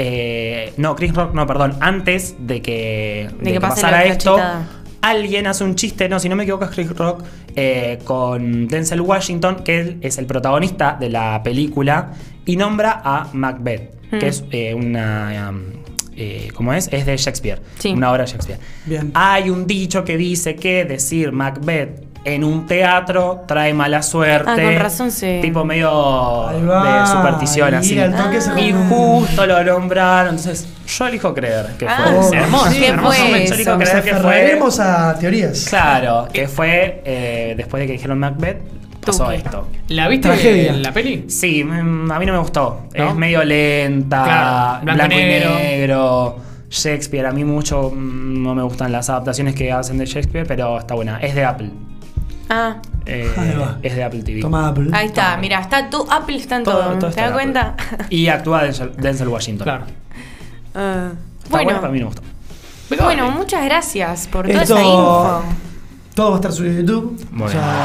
S5: eh, no, Chris Rock, no, perdón. Antes de que,
S2: De que pase
S5: pasara
S2: la
S5: esto,
S2: cachetada.
S5: alguien hace un chiste, no, si no me equivoco, es Chris Rock, eh, con Denzel Washington, que él es el protagonista de la película, y nombra a Macbeth,
S2: Mm.
S5: que es eh, una. um, eh, ¿Cómo es? Es de Shakespeare.
S2: Sí.
S5: Una obra de Shakespeare.
S3: Bien.
S5: Hay un dicho que dice que decir Macbeth en un teatro trae mala suerte.
S2: Ah, con razón se-
S5: Tipo medio
S3: Ahí va,
S5: de superstición
S3: ahí
S5: así.
S3: al toque
S2: Ah.
S3: se-
S5: Y justo lo nombraron. Entonces, yo elijo creer que
S2: Ah,
S5: fue.
S3: sí, Hermoso,
S2: ¿Qué
S5: hermoso.
S2: fue
S5: Yo
S2: eso?
S5: digo que-
S3: Pues, Nos
S5: creo fue-
S3: aferraremos a teorías.
S5: Claro, que fue eh, después de que dijeron Macbeth, pasó
S2: Tuki.
S5: esto.
S1: ¿La viste
S3: Tragedia.
S1: en la peli?
S5: Sí, mm, a mí no me gustó.
S1: ¿No?
S5: Es medio lenta,
S1: Claro,
S5: blanco,
S1: blanco
S5: y
S1: y
S5: negro.
S1: negro.
S5: Shakespeare, a mí mucho mm, no me gustan las adaptaciones que hacen de Shakespeare, pero está buena. Es de Apple.
S2: Ah,
S5: Eh,
S3: Ahí va.
S5: es de Apple TV.
S3: Toma Apple.
S2: ahí está, mira, está tu Apple está en todo.
S5: Todo- todo
S2: ¿Te
S5: está
S2: das
S5: en
S2: cuenta?
S5: Apple. [laughs] Y actúa Denzel, Denzel Washington.
S1: Claro.
S2: Ah,
S5: Está bueno,
S2: bueno,
S5: pero a mí no me gustó.
S2: bueno, muchas gracias por toda
S3: Esto-
S2: esa info.
S3: Todo va a estar subido en YouTube.
S5: Muy
S3: O sea,
S5: bien.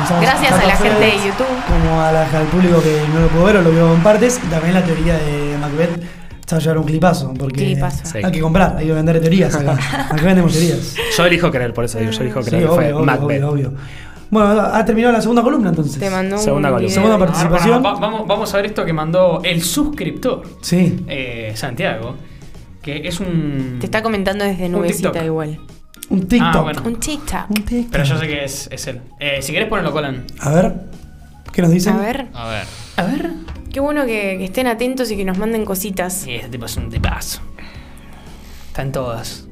S3: avisamos
S2: Gracias a
S3: tanto
S2: la gente
S3: ustedes
S2: de YouTube.
S3: Como a la- al público que no lo pudo ver o lo vio en partes. Y también la teoría de Macbeth se va a llevar un clipazo. Porque
S2: Clipazo.
S5: Sí.
S3: hay que comprar, hay que vender
S2: [laughs]
S3: teorías. acá. Acá vendemos teorías.
S5: Yo elijo creer, por eso digo, yo elijo
S3: Sí,
S5: creer. fue
S3: obvio, obvio,
S5: Macbeth.
S3: obvio, obvio. Bueno, ha terminado la segunda columna entonces.
S2: Te mandó
S5: Segunda
S2: un
S5: columna.
S2: video.
S3: Segunda parte.
S1: Ahora,
S3: Participación.
S1: pará, va- vamos, vamos a ver esto que mandó el suscriptor,
S3: Sí.
S1: eh, Santiago, que es un...
S2: Te está comentando desde
S1: Un
S2: nubecita
S1: TikTok.
S2: igual.
S3: Un TikTok.
S1: Ah, bueno.
S2: Un TikTok.
S3: Un TikTok.
S1: Pero yo sé que es, es él. Eh, si querés ponelo, Colan.
S3: A ver. ¿Qué nos dicen?
S2: A ver,
S5: Ah.
S4: A ver.
S1: A ver.
S2: qué bueno que, que estén atentos y que nos manden cositas.
S1: Sí, este tipo es un tipazo. Está en todas.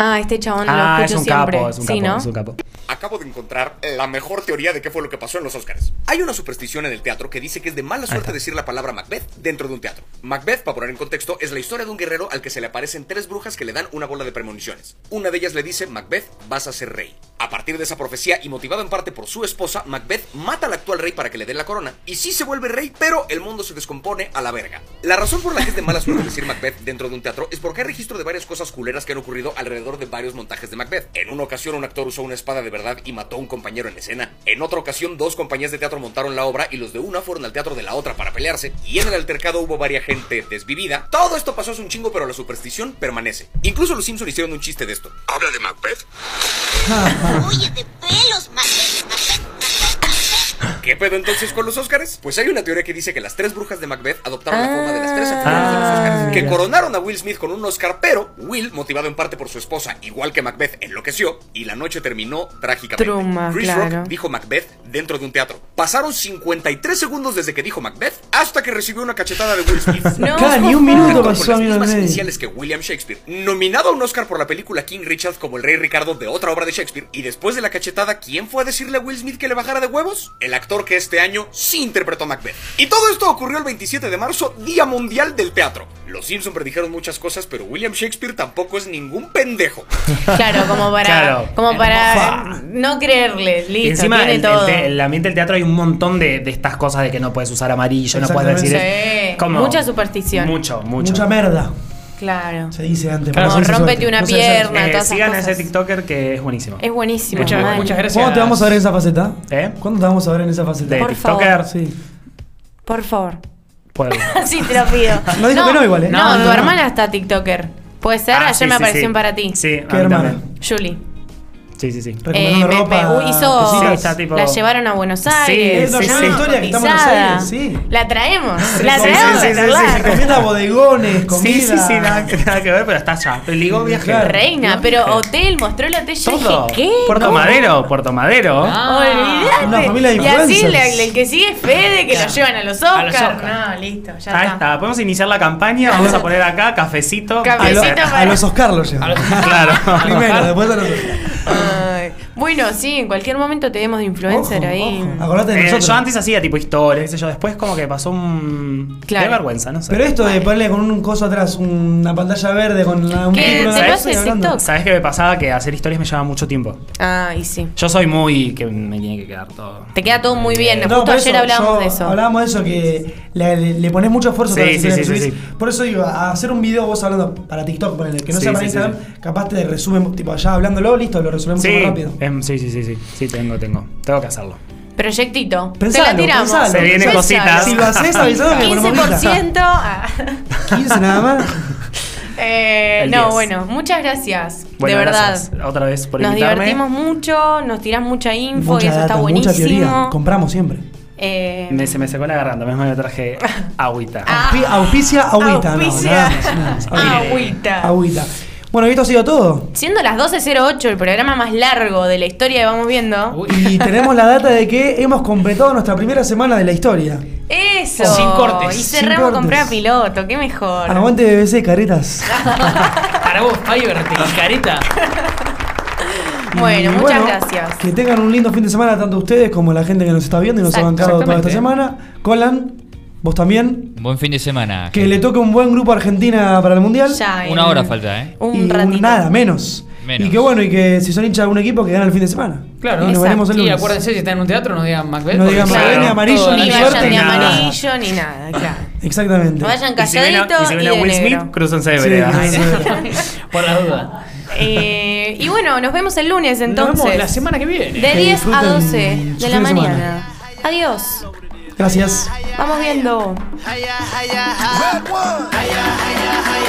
S2: Ah, este chabón
S5: Ah,
S2: lo
S5: es
S2: escucho
S5: un
S2: siempre.
S5: capo, es un
S2: sí,
S5: capo,
S2: ¿no?
S5: es un capo.
S7: Acabo de encontrar la mejor teoría de qué fue lo que pasó en los Oscars. Hay una superstición en el teatro que dice que es de mala suerte decir la palabra Macbeth dentro de un teatro. Macbeth, para poner en contexto, es la historia de un guerrero al que se le aparecen tres brujas que le dan una bola de premoniciones. Una de ellas le dice, Macbeth, vas a ser rey. A partir de esa profecía y motivado en parte por su esposa, Macbeth mata al actual rey para que le den la corona. Y sí se vuelve rey, pero el mundo se descompone a la verga. La razón por la que es de mala suerte decir Macbeth dentro de un teatro es porque hay registro de varias cosas culeras que han ocurrido alrededor de varios montajes de Macbeth. En una ocasión un actor usó una espada de verdad y mató a un compañero en escena. En otra ocasión dos compañías de teatro montaron la obra y los de una fueron al teatro de la otra para pelearse. Y en el altercado hubo varias gente desvivida. Todo esto pasó hace un chingo, pero la superstición permanece. Incluso los Simpson hicieron un chiste de esto. ¿Habla de Macbeth?
S8: Oye, de pelos, Macbeth, Macbeth,
S7: ¿Qué pedo entonces con los Oscars? Pues hay una teoría que dice que las tres brujas de Macbeth adoptaron la forma de las tres actrices de los Oscars, que coronaron a Will Smith con un Oscar, pero Will, motivado en parte por su esposa, igual que Macbeth, enloqueció y la noche terminó trágicamente.
S2: Truma,
S7: Chris
S2: claro.
S7: Rock dijo Macbeth dentro de un teatro. Pasaron 53 segundos desde que dijo Macbeth hasta que recibió una cachetada de Will Smith.
S2: No.
S3: Cada ni un minuto
S7: [laughs] Actor con
S3: pasó a
S7: las
S3: mí en el
S7: mismas
S3: medio.
S7: iniciales que William Shakespeare, nominado a un Oscar por la película King Richard como el rey Ricardo de otra obra de Shakespeare, y después de la cachetada, ¿quién fue a decirle a Will Smith que le bajara de huevos? El actor que este año sí interpretó a Macbeth. Y todo esto ocurrió el 27 de marzo, Día Mundial del Teatro. Los Simpson predijeron muchas cosas, pero William Shakespeare tampoco es ningún pendejo.
S2: Claro, como para,
S5: Claro.
S2: como para
S5: Fa.
S2: no creerle. Listo,
S5: Y encima,
S2: tiene
S5: el,
S2: todo.
S5: el te- el ambiente del teatro hay un montón de, de estas cosas de que no puedes usar amarillo, no puedes decir.
S2: Sí. Mucha superstición.
S5: Mucho, mucho.
S3: Mucha merda.
S2: claro.
S3: Se dice antes.
S1: Claro,
S3: para
S2: Como
S3: hacerse
S2: rompete
S3: suerte.
S2: una
S3: No se hace-
S2: pierna,
S5: Eh,
S2: todas esas
S5: sigan a ese
S2: cosas.
S5: TikToker que es buenísimo.
S2: Es buenísimo.
S1: Muchas,
S2: mal.
S1: muchas gracias.
S3: ¿Cuándo te vamos a ver en esa faceta?
S5: ¿Eh?
S3: ¿Cuándo te vamos a ver en esa faceta?
S5: De
S2: Por
S5: TikToker.
S2: favor.
S3: Sí.
S2: Por favor. [laughs]
S5: Puedo.
S2: sí, te lo pido.
S3: No dijo que no igual, ¿eh?
S2: No,
S3: No,
S2: tu
S3: no.
S2: hermana está TikToker. Puede ser,
S5: Ah,
S2: ayer
S5: sí,
S2: me
S5: sí,
S2: apareció
S5: sí.
S2: en para ti.
S5: Sí, a
S3: ¿Qué
S5: mí
S3: hermana?
S5: también.
S2: Julie.
S5: Sí, sí, sí.
S3: Recomendando
S2: Eh, me-
S3: ropa.
S2: me- hizo-
S5: Sí,
S3: cositas.
S5: está tipo-
S2: La llevaron a Buenos
S5: Sí,
S3: Eh,
S2: Aires.
S3: no,
S5: sí,
S3: yo
S5: sí.
S3: una historia que está en Buenos
S2: cotizada.
S3: Aires, sí.
S2: La traemos. La traemos.
S5: sí, sí,
S2: a
S5: sí, sí,
S2: charlar.
S5: sí,
S3: Recomienda bodegones, comida.
S5: Sí, sí, sí, nada, que- nada que ver, pero está allá. Peligro viajero.
S3: Claro.
S2: Reina, pero hotel mostró la tele. Yo
S5: Todo.
S2: dije, ¿qué?
S5: Puerto
S2: No. Ah,
S5: Madero, Puerto Madero.
S2: Olvídate.
S3: Una familia de
S2: y así
S3: influencers.
S2: la- el que sigue es Fede, que lo llevan a los
S1: A los
S2: Oscars.
S1: Oscar.
S2: No, listo, ya
S5: Ahí
S2: está.
S5: está, podemos iniciar la campaña. Vamos a poner acá cafecito.
S3: A,
S5: [laughs]
S3: lo-
S2: Cafecito. Besito para-
S3: a los Oscar los llevan.
S5: Claro.
S3: [laughs] Primero, después a los Oscar.
S2: Ay. Bueno, sí, en cualquier momento te vemos de influencer
S3: Ojo,
S2: ahí.
S3: ojo. Acordate de
S5: Eh,
S3: nosotros.
S5: yo antes hacía tipo historias, qué sé yo. Después, como que pasó un.
S2: Claro.
S5: Qué vergüenza, no sé.
S3: Pero esto de ponerle con un coso atrás, una pantalla verde con la- un
S2: ¿Qué?
S3: título
S2: ¿Se
S3: de
S2: lo
S3: estoy
S2: hace
S3: hablando.
S2: TikTok?
S5: ¿Sabes qué me pasaba? Que hacer historias me llevaba mucho tiempo.
S2: Ay, sí.
S5: Yo soy muy. que me tiene que quedar todo.
S2: Te queda todo muy bien.
S3: No,
S2: Justo
S3: por
S2: ayer
S3: eso,
S2: hablábamos
S3: yo-
S2: de eso.
S3: Hablábamos de eso, que le, le- le pones mucho esfuerzo
S5: Sí,
S3: para
S5: sí,
S3: que
S5: sí, sí,
S3: subís.
S5: sí.
S3: Por eso digo, a hacer un video vos hablando para TikTok, ponele, que no
S5: Sí,
S3: sea para
S5: sí, sí,
S3: Instagram, capaz te resumen, tipo allá hablándolo, listo, lo resolvemos
S5: Sí,
S3: más rápido.
S5: em, sí, sí, sí, sí. Sí, tengo, tengo. Tengo que hacerlo.
S2: Proyectito. te la
S3: Pensalo,
S2: tiramos.
S3: pensalo.
S5: Se vienen
S2: Pensalo.
S5: cositas.
S3: Si lo haces, avisame que ponemos [laughs]
S2: 15%. ah.
S5: [laughs]
S3: 15 nada más.
S2: Eh,
S5: El
S2: no,
S5: 10.
S2: bueno, muchas gracias.
S5: Bueno,
S2: de verdad.
S5: gracias Otra vez por
S2: Nos
S5: invitarme.
S2: divertimos mucho, nos tirás mucha [laughs] info y
S3: mucha
S2: eso
S3: data,
S2: está
S3: mucha teoría.
S2: buenísimo.
S3: Compramos siempre.
S2: Eh,
S5: Me, se me secó la garganta, menos mal que
S2: [laughs]
S5: traje agüita.
S2: Ah.
S3: Auspi- auspicia, agüita. no,
S2: Auspicia.
S3: nada más, nada más.
S2: Ah,
S5: Agüita.
S2: [laughs] agüita.
S3: Agüita. Bueno, y esto ha sido todo.
S2: Siendo las 12.08, el programa más largo de la historia de Vamos Viendo.
S1: Uy.
S3: Y tenemos la data de que hemos completado nuestra primera semana de la historia.
S2: Eso.
S1: Sin cortes,
S2: Y
S3: sin
S2: cerramos
S3: cortes.
S2: con prueba piloto, qué mejor.
S3: Aguante BBC, caretas.
S1: Para vos, Fiverr, te careta.
S3: Y
S2: Bueno, muchas
S3: bueno,
S2: gracias.
S3: Que tengan un lindo fin de semana, tanto ustedes como la gente que nos está viendo y nos ha
S2: Exacto.
S3: bancado toda esta
S1: Exactamente.
S3: semana. Colan, vos también.
S4: Buen fin de semana.
S3: Que le toque un buen grupo a Argentina para el Mundial.
S2: Ya, en
S4: Una hora falta, ¿eh?
S3: y
S2: Un ratito.
S3: nada, menos.
S4: Menos.
S3: Y que bueno, y que si son hinchas de algún equipo, que gane el fin de semana.
S1: Claro.
S3: Y nos
S2: Exacto.
S3: veremos el
S1: Y
S3: lunes.
S1: acuérdense, si están en un teatro, no digan Macbeth.
S3: No
S1: porque
S3: digan
S1: claro,
S5: Macbeth, ni
S3: amarillo,
S1: toda la
S2: Ni
S3: Ni
S1: suerte.
S2: vayan de
S5: nada.
S2: amarillo ni nada, claro.
S3: Exactamente.
S2: Vayan
S5: Y si ven a-
S2: calladitos
S5: y
S2: y,
S5: si ven
S2: de
S5: a Will
S2: negro.
S5: Smith, crucense de
S3: Sí,
S5: veredas. [laughs]
S3: no sé.
S1: [laughs] Por las dudas.
S2: Eh, y bueno, nos vemos el lunes
S1: Nos vemos la
S2: entonces.
S1: semana que viene.
S2: De 10 a
S3: Que disfruten
S2: 12
S3: su
S2: de la
S3: fin de semana.
S2: mañana. Adiós.
S3: Gracias.
S2: Vamos viendo.
S8: Haya, haya, haya. Haya, haya, haya.